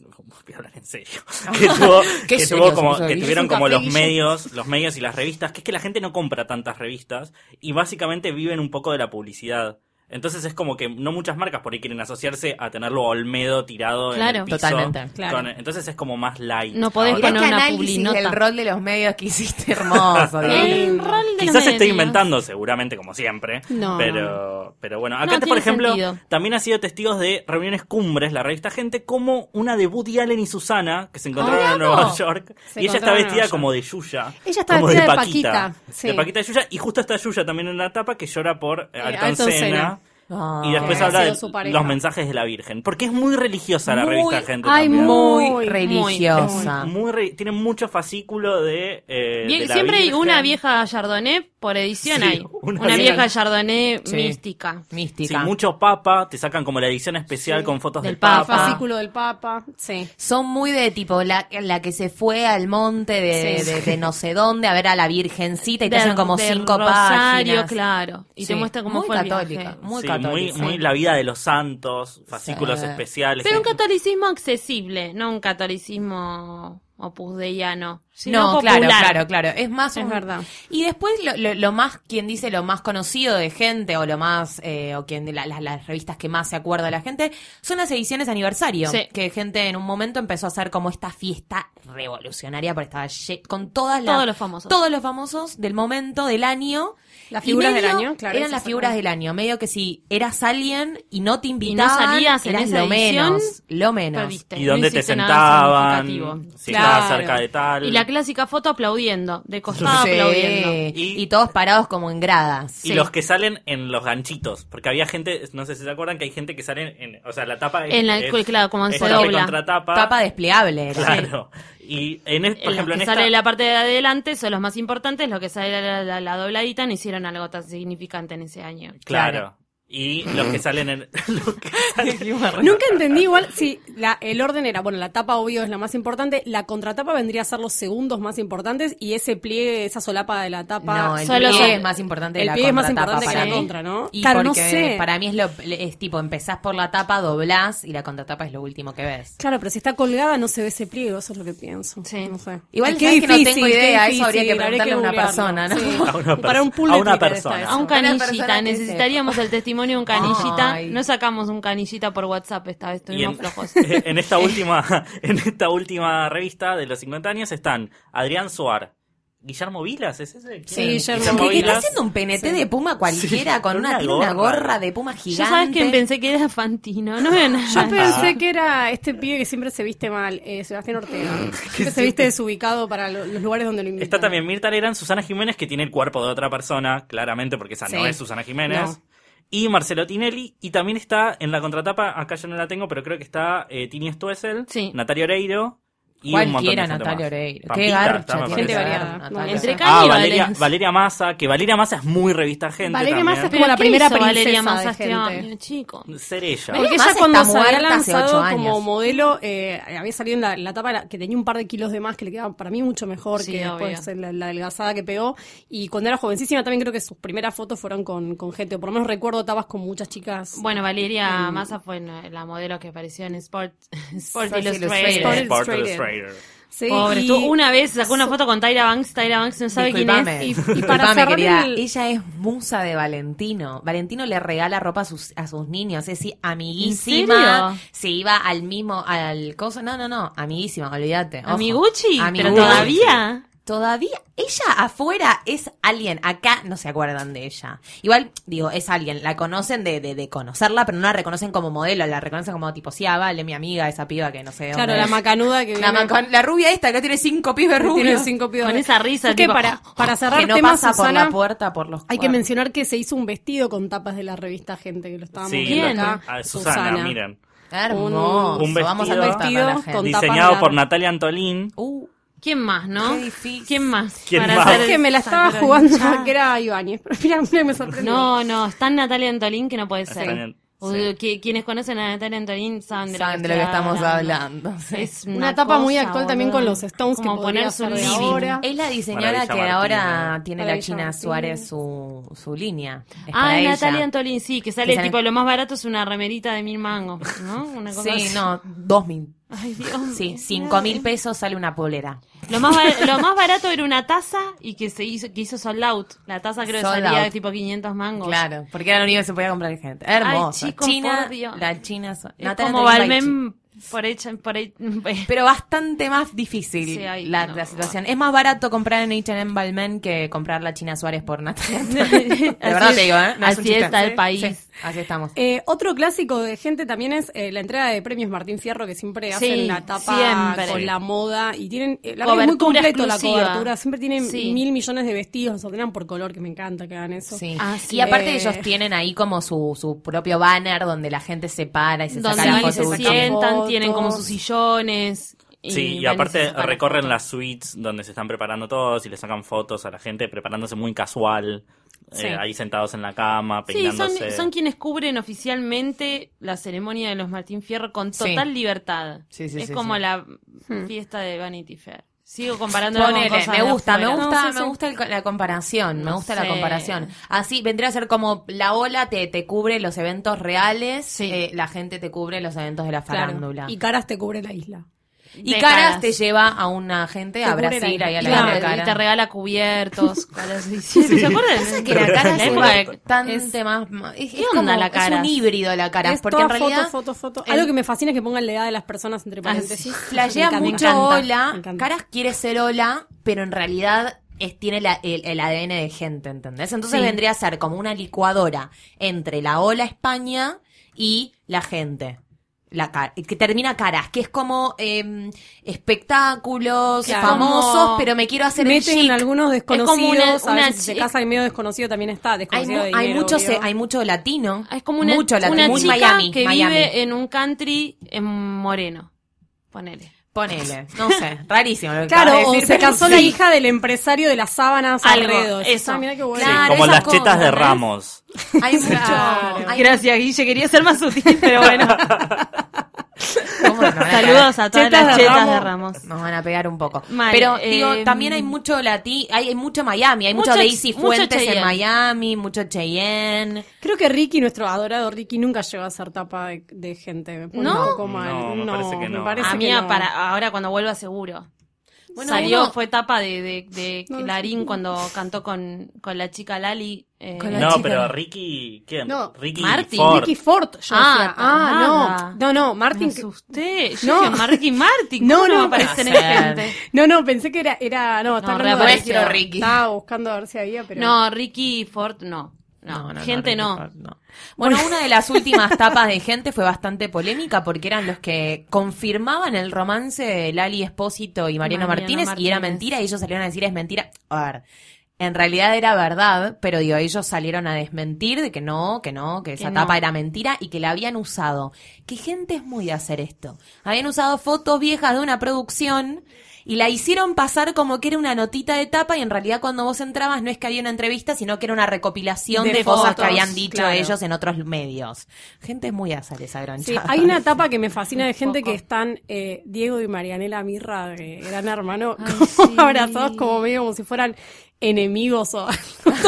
voy a hablar en serio, que tuvo,
Ah. Qué
que tuvo
serios
como,
somos hoy.
que tuvieron
Es un
como
café,
los
Guille.
medios, los medios y las revistas, que es que la gente no compra tantas revistas y básicamente viven un poco de la publicidad. Entonces es como que no muchas marcas por ahí quieren asociarse a tenerlo a Olmedo tirado en
Claro.
el piso.
Totalmente,
claro.
Con- entonces es como más light.
No podés
Mirá
ahora.
poner
qué
una
análisis
publinota.
del rol de los medios que hiciste hermoso.
El
Diego.
El rol de los
Quizás estoy
medios.
inventando, seguramente, como siempre.
No,
Pero, pero bueno, acá,
No,
te- por
tiene
ejemplo,
sentido.
también ha sido testigos de reuniones cumbres, la revista Gente, como una de Woody Allen y Susana, que se encontraron en Nueva York.
Ah,
y ella está
Se encontraron en
vestida
Nueva
como de Yuya.
Ella está
como
vestida de
Paquita.
Paquita, sí.
De Paquita de Yuya. Y justo está Yuya también en la tapa que llora por eh, Ayrton
Ayrton Senna.
Senna.
Ah.
Y después
Ha
habla
sido
de
su pareja.
los mensajes de la Virgen. Porque es muy religiosa la
Muy-
revista Gente.
ay,
también.
muy,
Muy,
religiosa.
Muy re- tiene mucho fascículo de. eh,
Bien,
de la
siempre hay
Virgen.
una vieja Chardonnay por edición
Sí,
hay.
una
Una,
vieja-
vieja Chardonnay
Sí.
mística.
Sí,
Mística.
mucho papa, te sacan como la edición especial con fotos del,
del
El
Papa.
papa.
fascículo del Papa. Sí.
Son muy de tipo la, la que se fue al monte de,
Sí.
de- de no sé dónde a ver a la virgencita y te
Del-
hacen como
del
cinco
Rosario,
páginas.
claro. Y te
Sí.
muestra cómo
muy
fue el
católica,
viaje.
Muy
Sí,
católica.
muy la vida de los santos, fascículos
Sí.
especiales.
Pero un
que-
catolicismo accesible, no un catolicismo opus deiano.
No,
sino popular.
claro, claro, claro. Es más
Es
un-
verdad.
Y después lo, lo- lo más, quien dice lo más conocido de gente o lo más, eh, o quien de la- las- las revistas que más se acuerda de la gente, son las ediciones de aniversario.
Sí.
Que gente en un momento empezó a hacer como esta fiesta revolucionaria, porque estaba lle- con todas las,
Todos los famosos.
todos los famosos del momento, del año.
Las
Y
figuras
medio
del año, claro,
Eran
eso
las
se
figuras
acuerda.
del año. Medio que si eras alguien y no te
no
invitaban,
salías en
eras
esa
lo
edición,
menos, lo menos.
Perdiste,
y dónde
no
te
hiciste nada
sentaban,
significativo.
si estabas
Claro.
cerca de tal.
Y la clásica foto aplaudiendo, de costado
Sí.
aplaudiendo.
Y-
Y, todos parados como en gradas.
Y
sí.
los que salen en los ganchitos, porque había gente, no sé si se acuerdan, que hay gente que salen en, o sea, la tapa es-
En la-
es-
claro, como
es
se
tapa y
dobla.
contratapa.
Tapa desplegable. era.
claro. Y en, es- por
Los
ejemplo,
que
en esta,
sale de la parte de adelante son los más importantes, los que sale la, la- la dobladita no hicieron algo tan significante en ese año.
claro. Y los que salen en, los que salen-
Nunca entendí igual si la, el orden era, bueno, la tapa obvio es la más importante, la contratapa vendría a ser los segundos más importantes y ese pliegue, esa solapa de la tapa.
No, el
Solo
pie
son-
es más importante que
El
la
pie es más
contratapa
importante que
para
la
mí.
contra, ¿no?
Y
Claro, no
porque
sé.
para mí es, lo, es tipo, empezás por la tapa, doblás y la contratapa es lo último que ves.
Claro, pero si está colgada no se ve ese pliego, eso es lo que pienso.
Sí.
No sé.
Igual
Ay,
sabes que no tengo
qué
idea, eso habría que
difícil,
preguntarle a una
googlearlo.
persona, ¿no?
Sí.
A una
Para un
perso-
pool
a
de
una
Twitter está
persona.
eso.
A un
Una persona
canillita,
que
necesitaríamos el testimonio de un canillita.
Ay.
No sacamos un canillita por WhatsApp esta vez,
Y
estuvimos
en,
flojos.
en esta última en esta última revista de los 50 años están Adrián Suar, Guillermo Vilas, ¿es ese? ¿Quién?
Sí, Guillermo
Como que está
Movidas.
haciendo un penete
Sí.
de puma cualquiera
Sí,
con una, tiene una
gorra.
gorra de puma gigante.
Yo sabes que pensé que era Fantino, no veo nada.
Yo pensé que era este pibe que siempre se viste mal, eh, Sebastián Ortega. Siempre se viste desubicado para lo- los lugares donde lo invitan.
Está también Mirta Legrand, Susana Jiménez, que tiene el cuerpo de otra persona, claramente, porque esa no
Sí.
es Susana Jiménez.
No.
Y Marcelo Tinelli, y también está en la contratapa, acá yo no la tengo, pero creo que está eh, Tini Stoessel,
Sí.
Natalia Oreiro, Y un montón de
Cualquiera
gente
Natalia
más.
Oreiro. Qué
Pampita está,
garcha.
me
tiene
gente
que
parece.
ver
variada.
Natalia.
Entre
Entre
Ah,
Cani y
Valeria,
Valeria-
Valeria Massa, que Valeria Massa es muy revista gente
Valeria Massa es
también.
como la
¿qué
primera
hizo Valeria
princesa de
Massa este
gente?
año, chico?
Ser ella.
Valeria Massa
Porque ella
está
cuando se había
muerta hace ocho
lanzado
años.
como modelo, eh, había salido en la, en la etapa de la- que tenía un par de kilos de más, que le quedaba para mí mucho mejor
Sí,
que
obvio.
después en la, la adelgazada que pegó. Y cuando era jovencísima también creo que sus primeras fotos fueron con, con gente, o por lo menos recuerdo etapas con muchas chicas.
Bueno, Valeria Massa fue la la modelo que apareció en Sport, Sport
Sports
Illustrated.
Illustrated.
Sport
Illustrated.
Illustrated.
Sí,
Pobre,
y-
tú una vez sacó una foto con Tyra Banks, Tyra Banks no sabe quién
Disculpame,
es. y-
y para
disculpame,
cerrar
querida.
el-
Ella es musa de Valentino. Valentino le regala ropa a sus, a sus niños. Es decir, amiguísima.
¿En serio?
Se iba al mismo, al coso. No, no, no. Amiguísima, olvídate. ojo.
Amiguchi, pero
Amiguchi.
todavía.
Todavía, ella afuera es alguien, acá no se acuerdan de ella. Igual, digo, es alguien, la conocen de, de, de conocerla, pero no la reconocen como modelo, la reconocen como tipo, sí, ah, vale, mi amiga, esa piba que no sé de
Claro,
dónde
la
es".
macanuda que
La,
viene-
maca- la rubia esta, que tiene cinco pibes
que
rubios.
tiene cinco pibes.
Con esa risa,
Es que
tipo,
para, para cerrar
oh, que no
temas,
pasa
Susana,
por la puerta, por los
hay que
cuartos.
mencionar que se hizo un vestido con tapas de la revista Gente, que lo estábamos
Sí,
viendo
¿Quién?
la-
acá.
ah, Susana, miren.
Hermoso.
Un vestido-
Vamos a contarle a la
vestido
gente.
con- tapas
Diseñado por
largas.
Natalia Antolín.
Uh,
¿Quién más, no?
Qué difícil.
¿Quién más?
¿Quién
Para
más?
hacer
Es Ah, que me la estaba
esa
jugando,
plancha.
que era Ibáñez, pero mira, mira, me sorprendió.
No, no, está Natalia Antolín que no puede ser.
Está bien,
Uy,
sí.
qui- Quienes conocen a Natalia Antolín saben de,
saben de lo
estoy
que estamos hablando. sí.
Es
Una etapa muy
cosa,
actual también con
boludo.
los Stones, que
Como
podría
ponerse un
ser de
living.
ahora.
Es la diseñadora
Maravilla
que ahora
Martínez.
tiene la
Maravilla
China
Martínez.
Suárez su, su línea. Es para
Ah,
ella.
Natalia Antolín, sí, que sale
Que sale-
tipo lo más barato es una remerita de mil mangos, ¿no? Una cosa
Sí,
así.
no, dos mil.
Ay, Dios.
Sí,
mío.
cinco mil pesos sale una polera.
Lo más, ba- lo más barato era una taza y que se hizo, que hizo sold out. La taza creo que
Sold
salía
out.
de tipo 500 mangos.
Claro, porque era lo único que se podía comprar gente. Hermosa.
chicos,
China,
por Dios.
la China Suárez.
Es
Natalia
como
Antolín by Chi-
Balmén por hecha, por hecha-
Pero bastante más difícil
Sí, ay,
la,
no.
la situación. Es más barato comprar en H&M Balmain que comprar la China Suárez por Natalia. Antolín. De verdad
Así
te digo, ¿eh? No es un
así
chiste.
está el
Sí,
país.
sí, así estamos.
Eh, otro clásico de gente también es eh, la entrega de premios Martín Fierro, que siempre hacen la tapa
siempre.
con la moda y tienen. eh, la
Cobertura
verdad es muy completo
exclusiva.
la cobertura, siempre tienen
Sí.
mil millones de vestidos, los ordenan por color, que me encanta que hagan eso.
Sí.
Así
y aparte
es.
ellos tienen ahí como su, su propio banner donde la gente se para y se
donde
saca la
ahí
foto.
se
sacan
última.
sientan,
fotos.
tienen como sus sillones.
Sí,
van
y
se
aparte
sacan
recorren
fotos.
las suites donde se están preparando todos y le sacan fotos a la gente preparándose muy casual, eh,
Sí.
ahí sentados en la cama,
Sí, son,
peinándose.
son quienes cubren oficialmente la ceremonia de los Martín Fierro con
Sí.
total libertad.
Sí, sí,
es
sí,
como
sí.
la fiesta de Vanity Fair. Sigo comparando
Hmm. Ponele, me gusta, me gusta,
No, sí,
me
sí.
gusta el co- la comparación, me
No
gusta
sé.
la comparación. Así vendría a ser como la ola te, te cubre los eventos reales,
Sí.
eh, la gente te cubre los eventos de la
Claro.
farándula.
Y caras te cubre la isla.
Y,
De
caras,
caras.
te lleva a una gente a
cubre la
Brasil
isla.
ahí a la
Claro,
isla de
y
cara.
te regala cubiertos. caras de- ¿Se acuerdan?
Pasa que la
La
cara es
época de-
bastante más... más- Es,
¿Qué
es
onda
como-
la
es
cara?
un híbrido la cara,
Es
porque
toda
en realidad...
foto, foto, foto.
el-
Algo que me fascina es que pongan la edad de las personas
Ah,
entre paréntesis.
Flashea
Me encanta, me
mucho
encanta, me
Ola.
encanta.
Caras quiere ser Ola, pero en realidad es, tiene la- el, el ADN de gente, ¿entendés? Entonces
Sí.
vendría a ser como una licuadora entre la Ola España y la gente. La ca- que termina caras, que es como eh, espectáculos
Claro.
famosos,
Como-
pero me quiero hacer el
Meten
chic.
algunos desconocidos,
como una-
a
una
veces si se
chi-
casa de medio desconocido también está,
Hay, mu-
desconocido de
hay
dinero,
mucho,
obvio.
se- hay mucho latino.
Ah, Es como una,
mucho latino,
una
muy
chica
Miami,
que
Miami.
vive eh, en un country en Moreno. Ponele.
Ponele, no sé, rarísimo. lo que
Claro,
acabo de
o
decir,
se
pero
casó
sí.
la hija del empresario de las sábanas
Algo,
alrededor.
eso.
Ah, mirá qué bueno.
Sí,
Claro,
como
esas
las chetas de
cosas, ¿ves?
Ramos.
Hay mucho.
Claro.
hay-
Gracias, Guille. Quería ser más sutil, pero bueno.
¿cómo no?
Saludos a todas
Chetas
las
de
chetas
Ramos.
de Ramos.
Nos van a pegar un poco.
Mal,
Pero
eh,
digo, también hay mucho lati hay, hay mucho Miami, hay mucho,
Mucho-
Daisy
mucho
Fuentes en
Cheyenne.
Miami, mucho Cheyenne.
Creo que Ricky, nuestro adorado Ricky, nunca llegó a ser tapa de, de gente. Me pone
¿No?
un poco mal.
No, me parece que no.
me parece
A mí
que no.
para ahora cuando vuelva seguro.
Bueno,
Salió,
uno-
fue etapa de, de, de
No,
Clarín cuando cantó con, con la chica Lali. eh,
Con la
No,
chica.
pero Ricky, ¿quién?
No,
Ricky
Martin,
Ford.
Ricky Ford, yo
Ah,
decía. Ah,
tarada.
no. No, no,
Me
Martin.
asusté. Yo
No.
dije, Marky Marty, ¿cómo no,
No,
me
no.
aparecen en
No sé.
gente?
No, no, pensé que era. era no, está
No,
hablando
re
de
nuestro Ricky.
Estaba buscando a ver si había, pero.
No, Ricky Ford, no. No, gente no.
Ricky Ford, Bueno, una de las últimas tapas de gente fue bastante polémica porque eran los que confirmaban el romance de Lali Espósito y
Mariano
Mariano, Martínez, y era
Martínez.
mentira y ellos salieron a decir es mentira. A ver, en realidad era verdad, pero digo, ellos salieron a desmentir de que no, que no, que esa
no.
tapa era mentira y que la habían usado. Que gente es muy de hacer esto. Habían usado fotos viejas de una producción y la hicieron pasar como que era una notita de tapa y en realidad cuando vos entrabas no es que había una entrevista, sino que era una recopilación de,
De
cosas que
fotos,
habían dicho
claro.
ellos en otros medios. Gente es muy de hacer esa grancha.
Sí, hay una etapa que me fascina de gente que están eh, Diego y Marianela Mirra, de gran hermano, como abrazados como medio como si fueran enemigos o algo.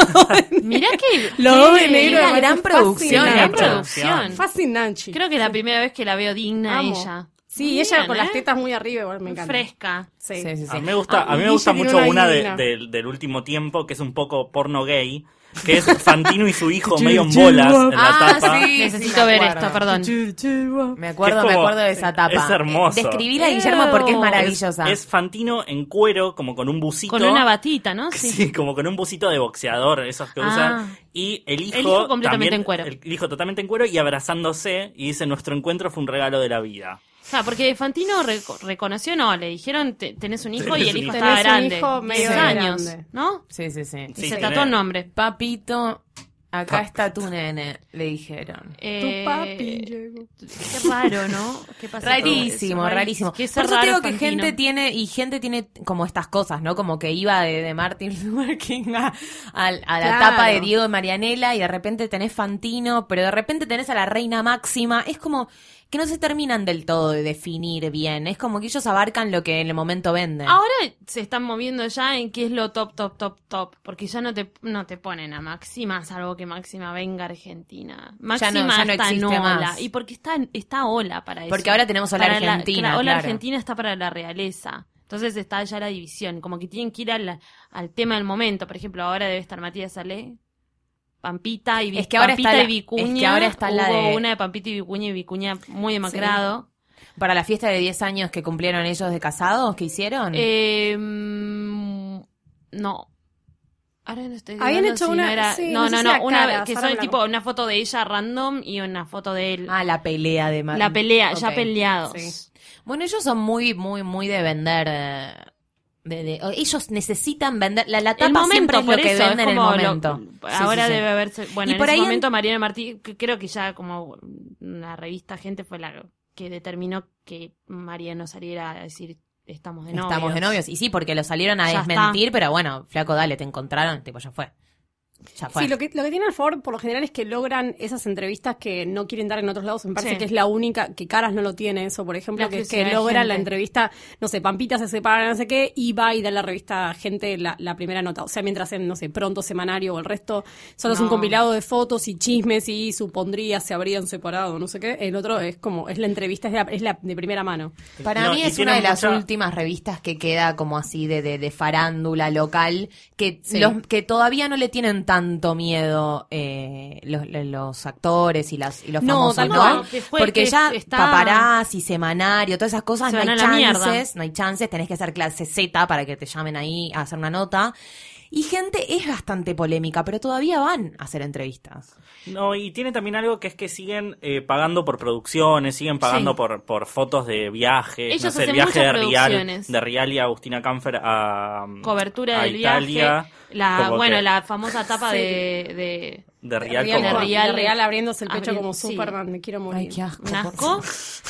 Mirá que.
Los dos de negro,
Era
me
gran
parece
producción,
gran
gran
fascinante.
producción.
Fascinante.
Creo que es la primera vez que la veo digna
Amo.
ella.
Sí,
Muy
ella
bien,
con
¿eh?
las tetas muy arriba, igual me encanta.
Fresca.
Sí.
Sí, sí, sí.
A mí me gusta,
Ah,
a mí me
Guille
gusta
tiene
mucho
una
una de-
digna.
del- del último tiempo que es un poco porno gay, que es Fantino y su hijo medio en bolas en la
Ah,
tapa.
sí.
Necesito
me
ver
acuerdo.
esto, perdón.
Me acuerdo,
Que es
me
como-
acuerdo de esa tapa.
es hermoso.
Eh, Describila, Guillermo, porque es
Es-
maravillosa.
Es Fantino en cuero, como con un bucito.
Con una batita, ¿no?
Sí.
Sí.
como con un bucito de boxeador, esos que
Ah.
usan. Y el hijo.
El hijo completamente
también-
en cuero.
El hijo totalmente en cuero y abrazándose. Y dice: Nuestro encuentro fue un regalo de la vida.
Ah, porque Fantino reco- reconoció, no, le dijeron "Te- tenés un hijo y
Tenés
el
un
hijo
hijo.
estaba
Tenés un
grande.
hijo medio
10 años,
grande.
¿no?
Sí, sí, sí.
Y
Sí,
se
tenés.
trató el nombre.
Papito, acá
Papito.
está tu nene, le dijeron.
Eh,
Tu papi, Diego.
Qué raro, ¿no? ¿Qué pasa con eso?
Rarísimo,
Rarísimo.
rarísimo.
Qué
Por eso te
raro
digo que
Fantino.
gente tiene, y gente tiene como estas cosas, ¿no? Como que iba de, de Martin Luther King a, a- a la
Claro.
tapa de Diego de Marianela y de repente tenés Fantino, pero de repente tenés a la reina máxima. Es como que no se terminan del todo de definir bien. Es como que ellos abarcan lo que en el momento venden.
Ahora se están moviendo ya en qué es lo top, top, top, top. Porque ya no te, no te ponen a Máxima, salvo que Máxima venga a Argentina. Máxima
no- ya no
está en
existe
Ola.
más.
Y porque está, está Ola para eso.
Porque ahora tenemos Ola
Para la-
Argentina,
cla- Ola
claro.
Argentina está para la realeza. Entonces está ya la división. Como que tienen que ir al, al tema del momento. Por ejemplo, ahora debe estar Matías Salé. Pampita y Vi-
Es que ahora
Pampita
está la-
y Vicuña.
es que ahora está la
Hubo
de-
una de Pampita y Vicuña y Vicuña muy demacrado.
Para la fiesta de 10 años que cumplieron ellos de casados, que hicieron?
Eh, mm, no. Ahora no estoy
Habían
dudando
hecho
si
una-
No, era-
sí,
no,
no sé
no,
si
no,
era
una
caras,
que
ahora
son
me la
tipo una foto de ella random y una foto de él.
ah, la pelea de Mar-
la pelea, ya
Ok.
peleados.
Sí.
Bueno, ellos son muy, muy, muy de vender. eh, de- de- o- ellos necesitan vender. La, la tapa
El momento,
siempre es lo
por
que
eso, es
venden en el
como lo-
momento. Sí,
ahora
sí, sí.
debe haberse, bueno,
Y
en
por
ese
ahí en-
momento Mariana Martí, que creo que ya como una revista Gente fue la que determinó que María no saliera a decir estamos de novios.
Estamos de novios. Y sí, porque lo salieron a
Ya
desmentir, pero bueno, flaco, dale, te encontraron. Tipo, ya fue. Ya fue.
Sí, lo que, lo que tiene el favor por lo general es que logran esas entrevistas que no quieren dar en otros lados. Me parece
Sí.
que es la única, que Caras no lo tiene eso, por ejemplo,
La
que, es que
exclusividad de
logra
gente.
la entrevista, no sé, Pampita se separa, no sé qué, y va y da la revista Gente la, la primera nota. O sea, mientras en, no sé, pronto semanario o el resto, solo es un
No.
compilado de fotos y chismes y supondría se habrían separado, no sé qué. El otro es como, es la entrevista, es la, es la de primera mano.
Para
No,
mí
y
es
tiene
una de las
mucha-
últimas revistas que queda como así de, de, de farándula local, que, los, que todavía no le tienen tanto miedo eh, los, los actores y, las, y los
No,
famosos,
tal
¿no?
cual, que fue-
Porque
que
ya
está-
paparazzi, semanario, todas esas cosas,
Se
no
van
hay
a la mierda.
chances, no hay chances, tenés que hacer clase Z para que te llamen ahí a hacer una nota. Y gente es bastante polémica, pero todavía van a hacer entrevistas.
No, y tiene también algo que es que siguen eh, pagando por producciones, siguen pagando
Sí.
por, por fotos de viajes.
Ellos
no sé, el
hacen
viaje de
muchas
Real,
producciones.
de Real y Agustina Canfer a. um,
Cobertura
a
del
Italia,
viaje, la
como
bueno,
que
la famosa tapa
Sí.
de- de
De Real,
Real,
como-
de Real.
abriéndose el pecho
Abri-
como
sí.
Superman, me quiero morir.
un asco.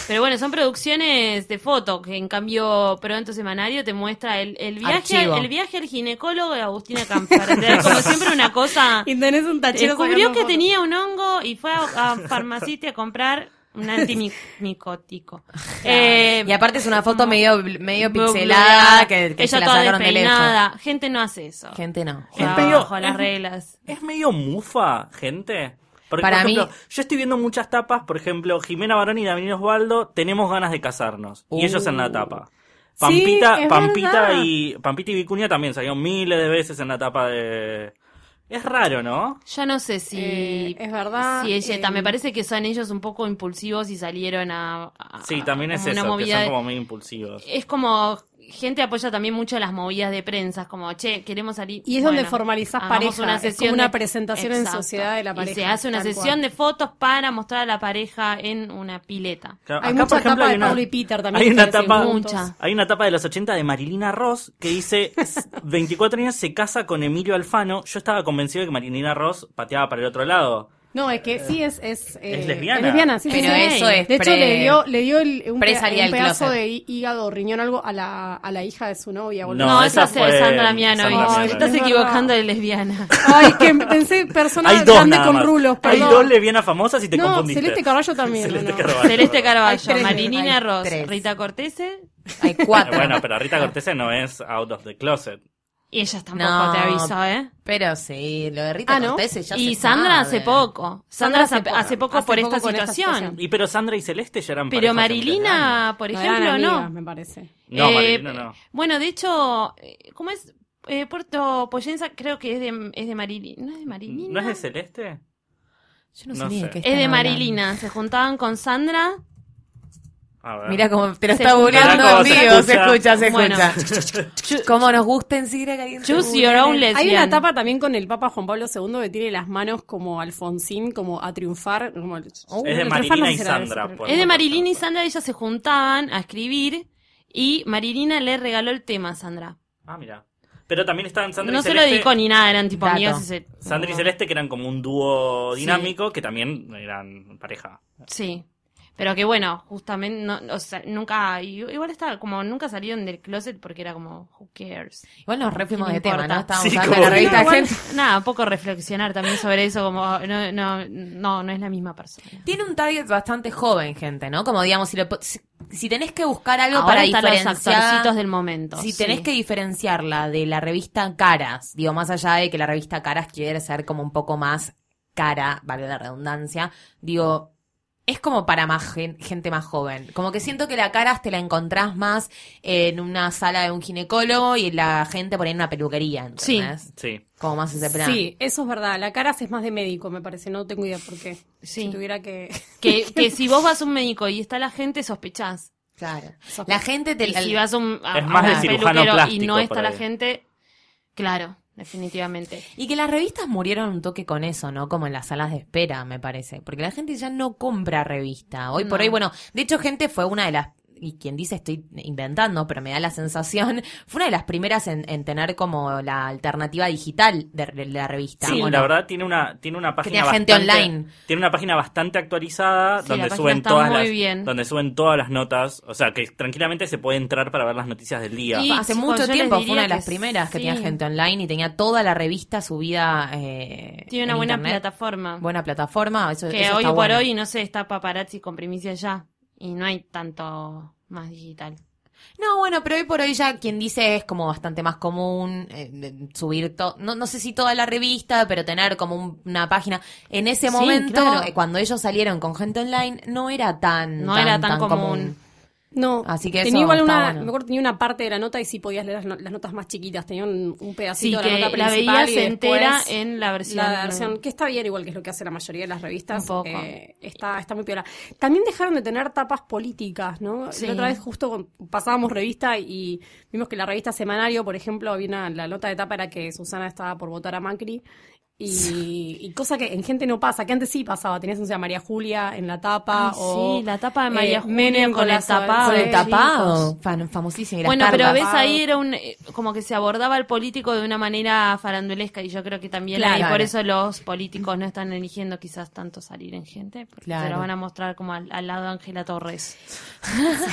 Pero bueno, son producciones de foto, que en cambio pronto semanario te muestra el, el viaje
Archivo.
al, el viaje al ginecólogo de Agustina Camper. Te da Como siempre una cosa.
Y tenés un tachero
Descubrió
sacando
que
fotos.
tenía un hongo y fue a, a farmacite a comprar un antimicótico. Eh,
Y aparte es una foto medio, medio
blu-
pixelada
blureada.
que, que
Ella
se la
toda
sacaron de lejos.
despeinada. Gente no hace eso.
Gente no.
Juega
Es medio-
bajo las reglas.
Es medio mufa, gente. Porque,
Para
por ejemplo,
mí-
yo estoy viendo muchas tapas, por ejemplo, Jimena Barón y Daniel Osvaldo, tenemos ganas de casarnos. Y ellos en la tapa. Pampita,
Uh. Sí, es
Pampita
verdad.
y Pampita y Vicuña también salieron miles de veces en la tapa de. Es raro, ¿no?
Yo no sé si
Eh, es verdad,
Si es Jetta.
eh,
me parece que son ellos un poco impulsivos y salieron a, a-
Sí, también es
como
Ah,
eso,
una
que
movida
son
de-
como medio impulsivos.
es como gente apoya también mucho las movidas de prensa, como, che, queremos salir.
Y es donde formalizás
hagamos
pareja, es como una presentación en sociedad de la
Y se
pareja,
hace una
tal
sesión
cual.
de fotos para mostrar a la pareja en una pileta.
Claro,
Hay
acá,
mucha
por ejemplo,
tapa
hay
de
una-
Pablo y Peter también.
Hay
que
una
hacen
tapa,
juntos.
Mucha.
hay una tapa de los 80 de Marilina Ross que dice 24 años se casa con Emilio Alfano. Yo estaba convencido de que Marilina Ross pateaba para el otro lado.
No, es que sí, es... Es, eh,
lesbiana.
sí, sí,
Pero
sí.
eso es
De hecho,
pre-
le dio, le dio el- un,
pre
peda-
salida
un
del
pedazo
closet.
de hí- hígado, riñón, algo a la, a la hija de su novia. boludo.
No,
No,
esa
esa
fue
es Sandra Mianovich.
Sandra
Ay,
Mianovich.
Estás
Es verdad.
equivocando de lesbiana.
Ay, que pensé persona
Hay dos
grande
nada
con
más.
rulos,
Hay
perdón.
dos lesbianas famosas y te
No,
confundiste.
Celeste Carballo también,
Celeste
no.
Carballo.
Celeste Carballo,
tres,
Marinina
hay
Ross,
tres.
Rita Cortese,
Hay cuatro.
Bueno, pero Rita Cortese no es out of the closet.
y ellas tampoco
No.
te avisó, ¿eh.
Pero sí, lo de Rita
Ah, ¿no?
Cortés ya
Y
se
Sandra
sabe.
hace poco. Sandra hace, hace poco,
Hace
por
poco
esta
con esta
situación.
situación.
Y pero Sandra y Celeste ya eran
Pero
parejas antes
Marilina, por
No,
ejemplo,
eran
no.
amigas, me parece.
de Ana. No,
Eh,
Marilina no.
Bueno, de hecho, eh, ¿cómo es? Eh, Puerto Poyenza creo que es de, es de Marilina. ¿No es de Marilina?
¿No es de Celeste?
Yo no sé
No
ni
sé.
de qué
Es de
están
Marilina. Se juntaban con Sandra.
A ver.
hablando. Mira cómo te lo
Se escucha.
está burlando
Mirá
en
cómo se
vivo. Se
escucha.
escucha, se
Bueno.
escucha. Como nos gusta en Sigre Caliente.
Choose your own lesbian.
Hay una etapa también con el Papa Juan Pablo II que tiene las manos como Alfonsín, como a triunfar. Como,
es de Marilina y Sandra. por
Es de
ejemplo.
Marilina y Sandra. Ellas se juntaban a escribir. Y Marilina le regaló el tema a Sandra.
Ah, mira. Pero también estaban Sandra y
no se
Celeste.
lo dedicó ni nada. Eran tipo
Dato.
amigas. y se-
Sandra y Celeste, que eran como un dúo dinámico, que también eran pareja.
Sí. Pero que bueno, justamente, no, o sea, nunca, igual estaba como, nunca salieron del closet porque era como, who cares.
Igual nos refuimos
¿Quién
de tema,
importa?
¿no? Estábamos
Sí,
hablando de
como-
la revista
Igual,
Gente.
Nada, un poco reflexionar también sobre eso, como no, no, no, no es la misma persona.
Tiene un target bastante joven, gente, ¿no? Como digamos, si, lo po- si, si tenés que buscar algo
Ahora
para
están los
diferenciar.
actorcitos del momento.
Si tenés
sí.
que diferenciarla de la revista Caras, digo, más allá de que la revista Caras quiere ser como un poco más cara, vale la redundancia, digo, es como para más gen- gente más joven. Como que siento que la Caras te la encontrás más en una sala de un ginecólogo y la gente por ahí en una peluquería,
Sí.
¿entendés?
Sí.
Como más ese plan.
Sí, eso es verdad. La cara es más de médico, me parece. No tengo idea por qué.
Sí.
Si tuviera que.
Que, que si vos vas a un médico y está la gente, sospechás.
Claro. La gente te
Y si vas a un, a-
Es más
a
de
un
cirujano
Ah, peluquero y
plástico,
no está
por
la
ahí.
gente, claro, definitivamente.
Y que las revistas murieron un toque con eso, ¿no? Como en las salas de espera, me parece. Porque la gente ya no compra revista. Hoy por
No.
hoy, bueno, de hecho, gente fue una de las. Y quien dice estoy inventando, pero me da la sensación, fue una de las primeras en, en tener como la alternativa digital de, de la revista.
Sí,
¿o
la
no?
verdad tiene una, tiene una página
Tenía gente
bastante-
online.
Tiene una página bastante actualizada
Sí, la
donde
página
suben
está
todas
muy
las
bien.
donde suben todas las notas, o sea, que tranquilamente se puede entrar para ver las noticias del día.
Y-
Hace
chicos, pues yo
mucho
les
tiempo fue
diría
una de
que
las primeras que tenía
sí.
gente online y tenía toda la revista subida. eh,
Tiene una
en
buena
internet.
plataforma.
Buena plataforma. Eso,
que
eso
hoy
está
por
bueno.
hoy, no sé, está paparazzi con primicia ya. Y no hay tanto más digital.
No, bueno, pero hoy por hoy ya quien dice es como bastante más común eh, de- subir, to- no, no sé si toda la revista, pero tener como un- una página. En ese
Sí,
momento,
claro.
eh, cuando ellos salieron con gente online, no era tan,
No era tan común.
No.
Así que eso
tenía igual
está
una.
bueno.
Me acuerdo que tenía una parte de la nota y sí podías leer las, no- las notas más chiquitas. Tenía un, un
Sí,
pedacito de la
que
nota
la
principal.
veía
y
se entera
después-
en la versión.
La versión, que está bien, igual que es lo que hace la mayoría de las revistas.
Un poco.
eh, está, está muy piola. También dejaron de tener tapas políticas, ¿no?
Sí.
La otra vez justo con- pasábamos revista y vimos que la revista Semanario, por ejemplo, había una, la nota de tapa era que Susana estaba por votar a Macri. Y, y cosa que en gente no pasa, que antes sí pasaba. Tenías, no sé, a María Julia en la tapa.
Ay,
o, eh,
sí, la tapa de María Julia con el
las-
tapado.
Con
Con
el
Sí,
tapado, fan- famosísimo. y las
Ah, eh, Bueno, pero
cartas.
ves ahí era un eh, como que se abordaba al político de una manera farandulesca y yo creo que también
Claro.
ahí por eso los políticos no están eligiendo quizás tanto salir en gente porque se
Claro.
lo van a mostrar como al, al lado de Ángela Torres.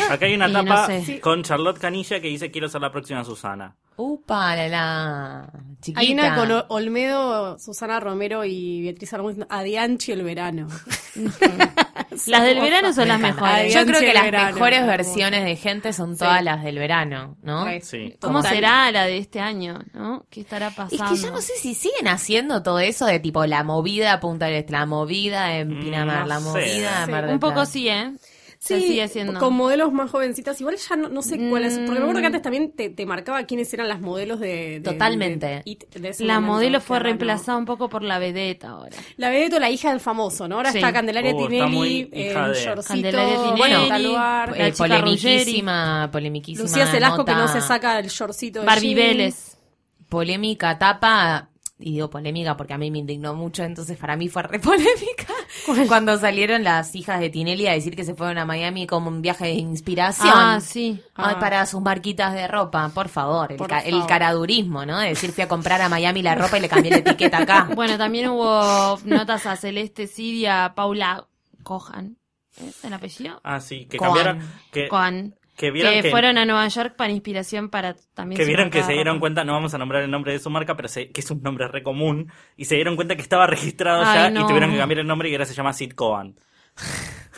Acá hay una
Y no
tapa
sé.
con Charlotte Canilla que dice quiero ser la próxima Susana.
Upa, la, la chiquita.
Hay una con O- Olmedo, Susana Romero y Beatriz Armando, Adianchi el verano.
Las del verano son
Me
las
encanta.
mejores.
Yo creo que
Adiante
las
el verano.
mejores versiones de gente son todas las del verano, ¿no?
Re.
Sí.
¿Cómo
Total.
será la de este año? ¿no? ¿Qué estará pasando?
Es que ya no sé si siguen haciendo todo eso de tipo la movida a Punta del Este, la movida en
Mm,
Pinamar,
no
la
sé.
movida en
Sí,
Mar del
Un poco
Plata.
sí, ¿eh? se sigue haciendo. Mm.
con modelos más jovencitas. Igual ya no, no sé cuál es. Porque me acuerdo que antes también te, te marcaba quiénes eran las modelos de. de-
Totalmente.
de It de ese
La
momento.
modelo fue
Qué raro.
reemplazada un poco por la vedeta ahora.
La Vedeto, la hija del famoso, ¿no? Ahora
Sí.
está Candelaria
Oh, está
Tinelli,
muy
eh,
hija
un
de-
shortcito,
Candelaria Tinelli,
bueno,
tal
lugar.
la
Eh,
chica
polemiquísima, polemiquísima.
Lucía Celasco que no
nota.
se saca el shortcito de
Barbie
jean.
Vélez.
Polémica tapa, y digo polémica porque a mí me indignó mucho, entonces para mí fue re polémica. Cuando salieron las hijas de Tinelli a decir que se fueron a Miami como un viaje de inspiración.
Ah, sí.
Ay,
Ah.
para sus marquitas de ropa, por favor. El,
Por
ca- el
favor.
caradurismo, ¿no? De decir, fui a comprar a Miami la ropa y le cambié la etiqueta acá.
Bueno, también hubo notas a Celeste Siria, Paula Cohan. ¿Es el apellido?
Ah, sí, que
Coan.
cambiaron. Que,
Cohan.
que vieron
Que,
que,
fueron a Nueva York para inspiración para también.
que
su
vieron
marca
que
de
se dieron
ropa.
cuenta, no vamos a nombrar el nombre de su marca, pero se- que es un nombre re común, y se dieron cuenta que estaba registrado
Ay,
ya
no.
y tuvieron que cambiar el nombre y ahora se llama Sid Cohen.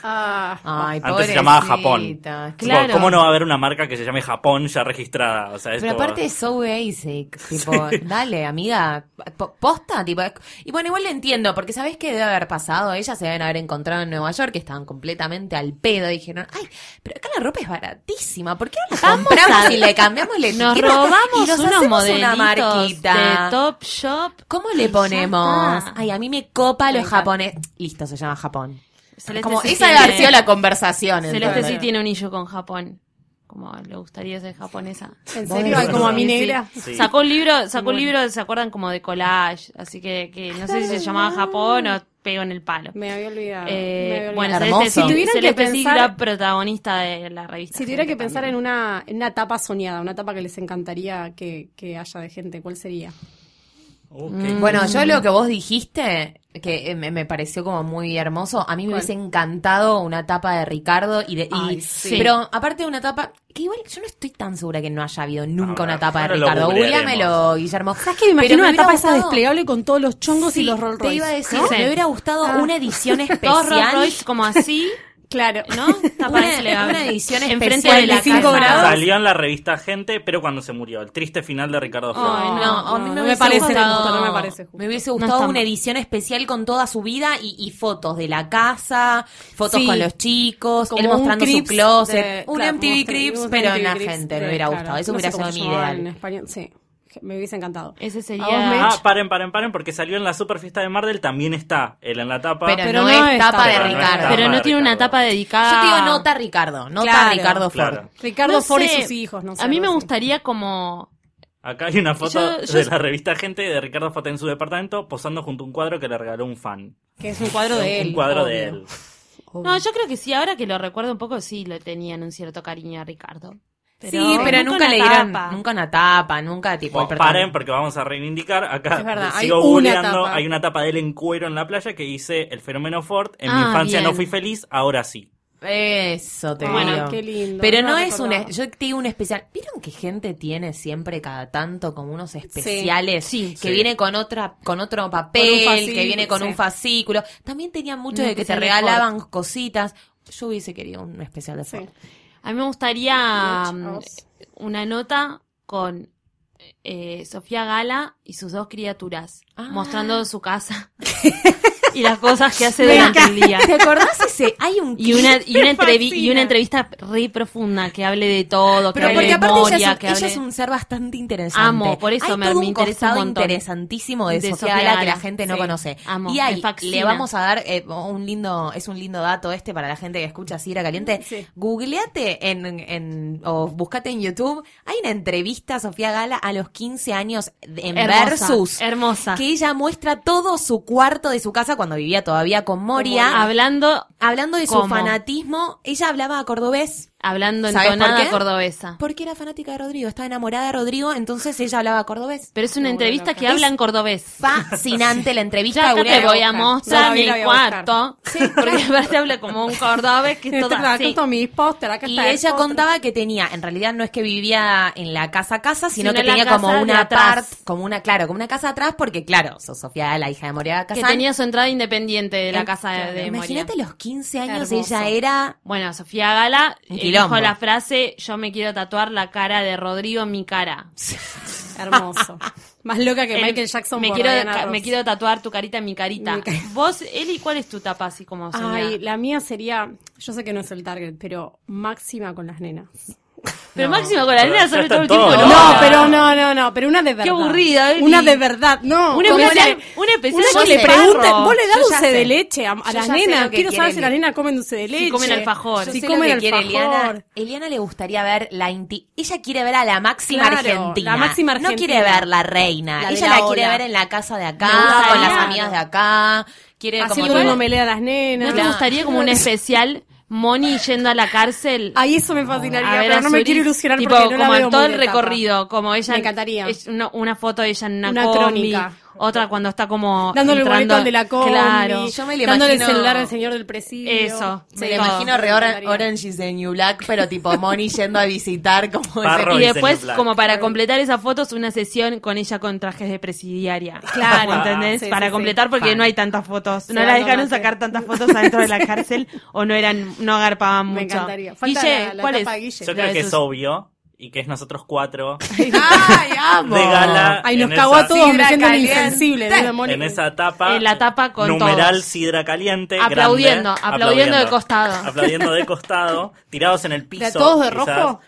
Ah,
Ay,
Antes se llamaba
pobrecita.
Tipo,
Claro.
¿Cómo no va a haber una marca que se llame Japón ya registrada? O sea, es
Pero
como-
aparte es so basic, tipo, dale, amiga, po- posta, tipo, es- y bueno, igual le entiendo, porque sabés qué debe haber pasado, ellas se deben haber encontrado en Nueva York, que estaban completamente al pedo, y dijeron, ay, pero acá la ropa es baratísima, ¿por qué no la
Vamos
compramos
a-
y le cambiamos la
Nos
etiqueta
robamos
y nos
unos
hacemos
modelitos
una marquita?
de Top Shop.
¿Cómo le ponemos?
Ya está.
Ay, a mí me copa
Me
los
encanta.
japoneses. Listo, se llama Japón.
Celeste
Como
sí
esa debe
tiene-
haber sido la conversación.
Celeste
entonces.
sí tiene un issue con Japón. Como le gustaría ser japonesa.
¿en serio? Ay, como a mi
Sí, sí.
negra.
Sí.
Sacó un libro, sacó un libro, se acuerdan como de collage, así que, que no sé si se llamaba Japón o pego en el palo.
Me había olvidado.
Eh,
me había olvidado.
bueno,
Hermoso.
Celeste, sí-
Si
tuvieran que
Celeste sí
pensar-
era protagonista de la revista.
Si tuviera que pensar en
un...
una, en una tapa soñada, una tapa que les encantaría que, que haya de gente, ¿cuál sería?
Ok.
Mm.
Mm.
Bueno, yo lo que vos dijiste, que eh, me, me pareció como muy hermoso, a mí me
¿Cuál?
hubiese encantado una tapa de Ricardo y de... y-
Ay, sí.
Pero aparte de una tapa, que igual yo no estoy tan segura que no haya habido nunca
Ah,
una tapa de
ahora lo
Ricardo.
googlearemos.
Googleamelo, Guillermo.
¿Sabes que me
Pero
imagino una
hubiera
tapa esa
gustado-
desplegable con todos los chongos y
Sí,
los Rolls Royce? Ah.
Te iba a decir,
¿no?
me hubiera gustado una edición
Todos Rolls
especial.
Royce como así,
Claro.
¿no? Tapa
Una-
desplegable.
una edición
Enfrente
especial
de la
de
casa.
cinco grados.
Salió en la revista Gente, pero cuando se murió. El triste final de Ricardo Flores.
Ay,
No, a mí me,
no, no me
hubiese
parece
gustado-
justo, no me parece justo.
me hubiese
No
gustado
está
una
mal.
edición especial con toda su vida y, y fotos de la casa, fotos
Sí.
con los chicos,
Como
él
un
mostrando su
Crips
closet,
de-
un
claro,
MTV
mostra-
Crips,
un
pero
MTV
en la
Crips
gente,
de-
me hubiera
claro,
gustado, eso
no
hubiera
sé cómo
sido
se
mi
llamaba En
ideal.
español, sí. Me hubiese encantado.
Ese
¿A vos,
sería...
Mitch?
Ah, paren, paren, paren, porque salió en la super fiesta de Mardel, también está él en la tapa.
Pero,
Pero
no,
no
es
es
tapa
tapa.
de
Pero no es
Ricardo.
tapa.
Pero no tiene una
Ricardo.
tapa
Yo
dedicada...
te digo nota Ricardo, nota
Claro.
Ricardo Ford.
Claro.
Ricardo
No
Ford y
sé.
sus hijos, no sé.
A mí me
algo así.
gustaría como...
Acá hay una foto
Yo- yo-
de la revista Gente de Ricardo Fata en su departamento posando junto a un cuadro que le regaló un fan.
Que es un cuadro de él.
un cuadro
obvio.
de él.
Obvio.
No, yo creo que sí, ahora que lo recuerdo un poco, sí le tenían un cierto cariño a Ricardo.
sí, pero nunca, le
una
dieron,
tapa.
nunca una tapa, nunca tipo el
Bueno,
protagonista.
paren porque vamos a reivindicar. Acá
Es verdad, hay
sigo
una
googleando.
tapa.
Hay una tapa de él en cuero en la playa que dice el fenómeno Ford. En mi
Ah,
infancia
bien.
no fui feliz, ahora sí.
Eso te
Ay,
digo.
qué lindo,
Pero
no
no
la
es un.
recordaba.
Yo te digo un especial. ¿Vieron que gente tiene siempre cada tanto como unos especiales?
Sí.
Que
Sí.
viene con otra con otro papel,
fascículo,
que viene con
sí.
un fascículo. También tenían mucho
Un
de que te
especial de
regalaban cositas. Yo hubiese querido un especial de
Sí.
Ford.
A mí me gustaría
Mitch,
mm,
a vos.
una nota con eh, Sofía Gala y sus dos criaturas,
Ah.
mostrando su casa y las cosas que hace
Me
durante el día.
¿Te acordás ese? Hay un
Y una, y, una
Me
entrevi- y
fascina.
una entrevista re profunda que hable de todo, que
Pero
hable
porque
de
aparte
memoria,
ella es, un,
que
ella
hable-
es un ser bastante interesante.
Amo, por eso
Hay
me-
todo
me
un
interesa un
costado
montón.
interesantísimo de,
De
Sofía
Sofía
Gala que
Gala.
la gente no
Sí.
conoce.
Amo,
y
me
ahí le
fascina.
vamos a dar eh, un lindo, es un lindo dato este para la gente que escucha Sidra Caliente.
Sí.
Googleate en, en- o buscate en YouTube. Hay una entrevista a Sofía Gala a los 15 años de- en
Hermosa,
Versus.
hermosa.
Que ella muestra todo su cuarto de su casa cuando vivía todavía con Moria. Hab-
Hablando,
Hablando de su
¿Cómo?
fanatismo, ella hablaba a cordobés.
hablando en
¿Sabes por
tonada
qué?
cordobesa.
Porque era fanática de Rodrigo, estaba enamorada de Rodrigo, entonces ella hablaba cordobés.
Pero es una entrevista que habla en cordobés.
Fascinante la
Ya
entrevista.
acá te
Gabriela
voy a
Bosca.
No,
mostrar
la
mi
vi, la voy a buscar.
cuarto. Porque aparte habla como un cordobés que es todo
Este, acá
así.
están mis póster, acá
Y
está el
ella
póster.
contaba que tenía, en realidad no es que vivía en la casa a casa, sino,
Sino
que
en la
tenía
casa
como
de
una
atrás.
parte, como una, claro, como una casa atrás, porque claro, so- Sofía, la hija de Moria
Que
Casán.
tenía su entrada independiente de la
Em-
casa de, de Moria.
Imagínate a los 15 años,
Hermoso.
ella era
Bueno, Sofía Gala
Un
eh,
quilombo.
dijo la frase, yo me quiero tatuar la cara de Rodrigo en mi cara.
Hermoso. Más loca que
El-
Michael Jackson
me
por
quiero,
Diana
ca-
Ross.
me quiero tatuar tu carita en mi carita.
Mi ca-
Vos, Eli, ¿cuál es tu tapa así como soñada?
Ay, la mía sería, yo sé que no es el target, pero máxima con las nenas.
Pero
No.
máximo con la
Pero
nena
ya
sobre
están
todo el tiempo.
todos.
No,
No.
pero no, no, no, pero una de verdad.
aburrida, Eli.
Una de verdad, no.
Una
como
especial-
la-
una especial
una
con
que le
esparro.
pregunten, vos le das
Yo ya
dulce de
sé.
leche a, a
Yo ya
las
sé
nenas.
lo que
Quiero
quiere
saber si las
Eli.
nenas comen dulce de leche.
comen alfajor.
Yo
Si
sé
comen
lo que quiere
alfajor.
Eliana. Eliana le gustaría ver la inti- ella quiere ver a la máxima
Claro,
argentina.
la máxima
No
argentina.
quiere ver la reina.
La de
ella
la
la, quiere
ola.
ver en la casa de acá,
gusta,
con las
claro.
amigas de acá. Quiere como
Haciendo
todo-
un omelé a las
¿No
nenas.
te gustaría como un especial Moni yendo a la cárcel?
Ay, eso me fascinaría,
a ver
pero
a
no me
Zurich?
quiero ilusionar
Tipo,
porque no la
como
veo
en todo
muy
el
de tapa.
recorrido, como ella.
Me encantaría.
es una, una foto de ella en una,
Una
combi,
crónica.
Otra cuando está como.
Dándole el boleto
entrando-
al de la combi,
Claro.
Yo me lo
dándole
imagino-
el celular al señor del presidio.
Eso.
Me
Sí,
lo imagino re
me
Oran-
encantaría.
Orange is the New Black, pero tipo Moni yendo a visitar como ese-
Parro.
Y
Robinson
después,
Black.
como para completar esas fotos, una sesión con ella con trajes de presidiaria.
Claro.
¿Entendés?
Sí, sí,
para
sí.
completar, porque
Fan.
no hay tantas fotos. No
Sí,
la
no,
dejaron
no,
sacar
sí.
tantas fotos adentro de la cárcel o no eran, no agarpaban mucho.
Me encantaría. Falta
Guille,
la, la
¿cuál
tapa de
es?
Guille.
Yo
Lo
creo
de
que
sus-
es obvio y que es nosotros cuatro
Ay, amo.
de gala.
Ay, nos
en
cagó
esa-
a todos, me
sidra
siento
caliente.
insensible. de una Moni.
En esa tapa.
En la tapa con
Numeral
todos.
sidra caliente.
Aplaudiendo,
grande,
aplaudiendo de costado.
Aplaudiendo de costado, tirados en el piso.
¿De a todos de
quizás.
rojo?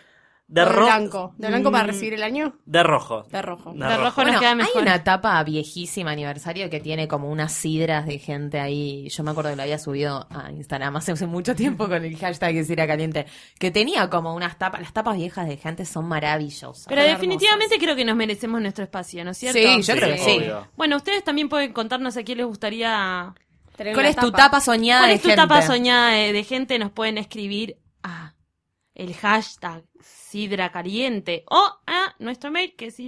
De,
¿O de
ro-
blanco. ¿De blanco para recibir el año?
De rojo.
De rojo.
De
De
rojo.
rojo
Bueno,
nos queda mejor.
hay una tapa viejísima aniversario que tiene como unas sidras de gente ahí. Yo me acuerdo que lo había subido a Instagram hace, hace mucho tiempo con el hashtag sidra caliente. Que tenía como unas tapas. Las tapas viejas de gente son maravillosas.
Pero
Son
definitivamente creo que nos merecemos nuestro espacio, ¿no es cierto?
Sí, yo creo que sí.
obvio.
Bueno, ustedes también pueden contarnos a quién les gustaría.
Tener
hermosas. ¿Cuál
una
es tu tapa soñada
¿Cuál
de
es tu
gente?
tapa soñada de, de gente? Nos pueden escribir a el hashtag Sidra Caliente o a nuestro mail que es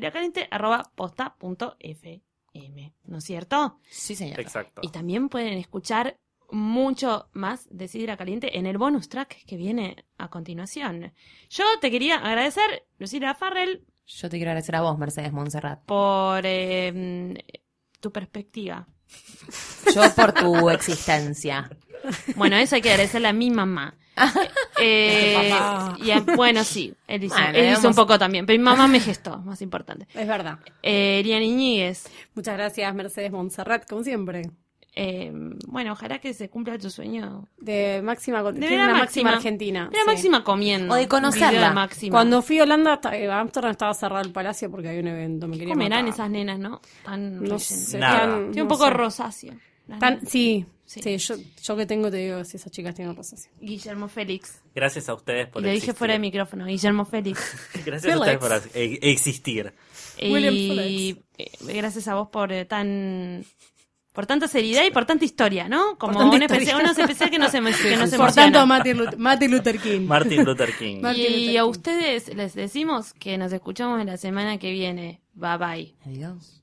sidracaliente.posta.fm. ¿No es cierto?
Sí, señor.
Exacto.
Y también pueden escuchar mucho más de Sidra Caliente en el bonus track que viene a continuación. Yo te quería agradecer, Lucila Farrell,
Yo te quiero agradecer a vos, Mercedes Montserrat.
por eh, tu perspectiva.
Yo por tu existencia.
Bueno, eso hay que agradecerle a mi mamá. Eh,
Este Papá.
y a- bueno, sí, él hizo,
Bueno,
él hizo un
vamos-
poco también, pero mi mamá me gestó, más importante.
Es verdad.
Eh, Elian Iñiguez,
Muchas gracias, Mercedes Montserrat, como siempre.
eh, bueno, ojalá que se cumpla tu sueño.
De máxima,
De
tiene
ver a
una máxima,
Máxima.
argentina.
Era
sí.
máxima comiendo.
O de
un video
conocerla.
de máxima.
Cuando fui a Holanda, hasta- eh, a Ámsterdam estaba cerrado el palacio porque había un evento. Me quería
comerán
matar.
esas nenas, ¿no? Tan
No
rellenas.
sé.
Nada.
tan-
Tiene
no
un poco
sé.
rosáceo. las
Tan-
nenas.
sí,
Sí.
sí. yo, yo que tengo te digo si esas chicas tienen rosácea.
Guillermo Félix.
Gracias a ustedes
Y
por
lo dije
existir.
fuera de micrófono. Guillermo Félix.
Gracias a ustedes por as- e- existir.
William
y eh, gracias a vos por eh, tan por tanta seriedad y por tanta historia, ¿no? Como
tanta
un
historia.
especial, unos especial que nos, emo- que nos
Por tanto,
emociona.
a Martin Luther, Martin Luther King.
Martin Luther King.
Martin Luther
y
King.
a ustedes les decimos que nos escuchamos la semana que viene. Bye bye.
Adiós.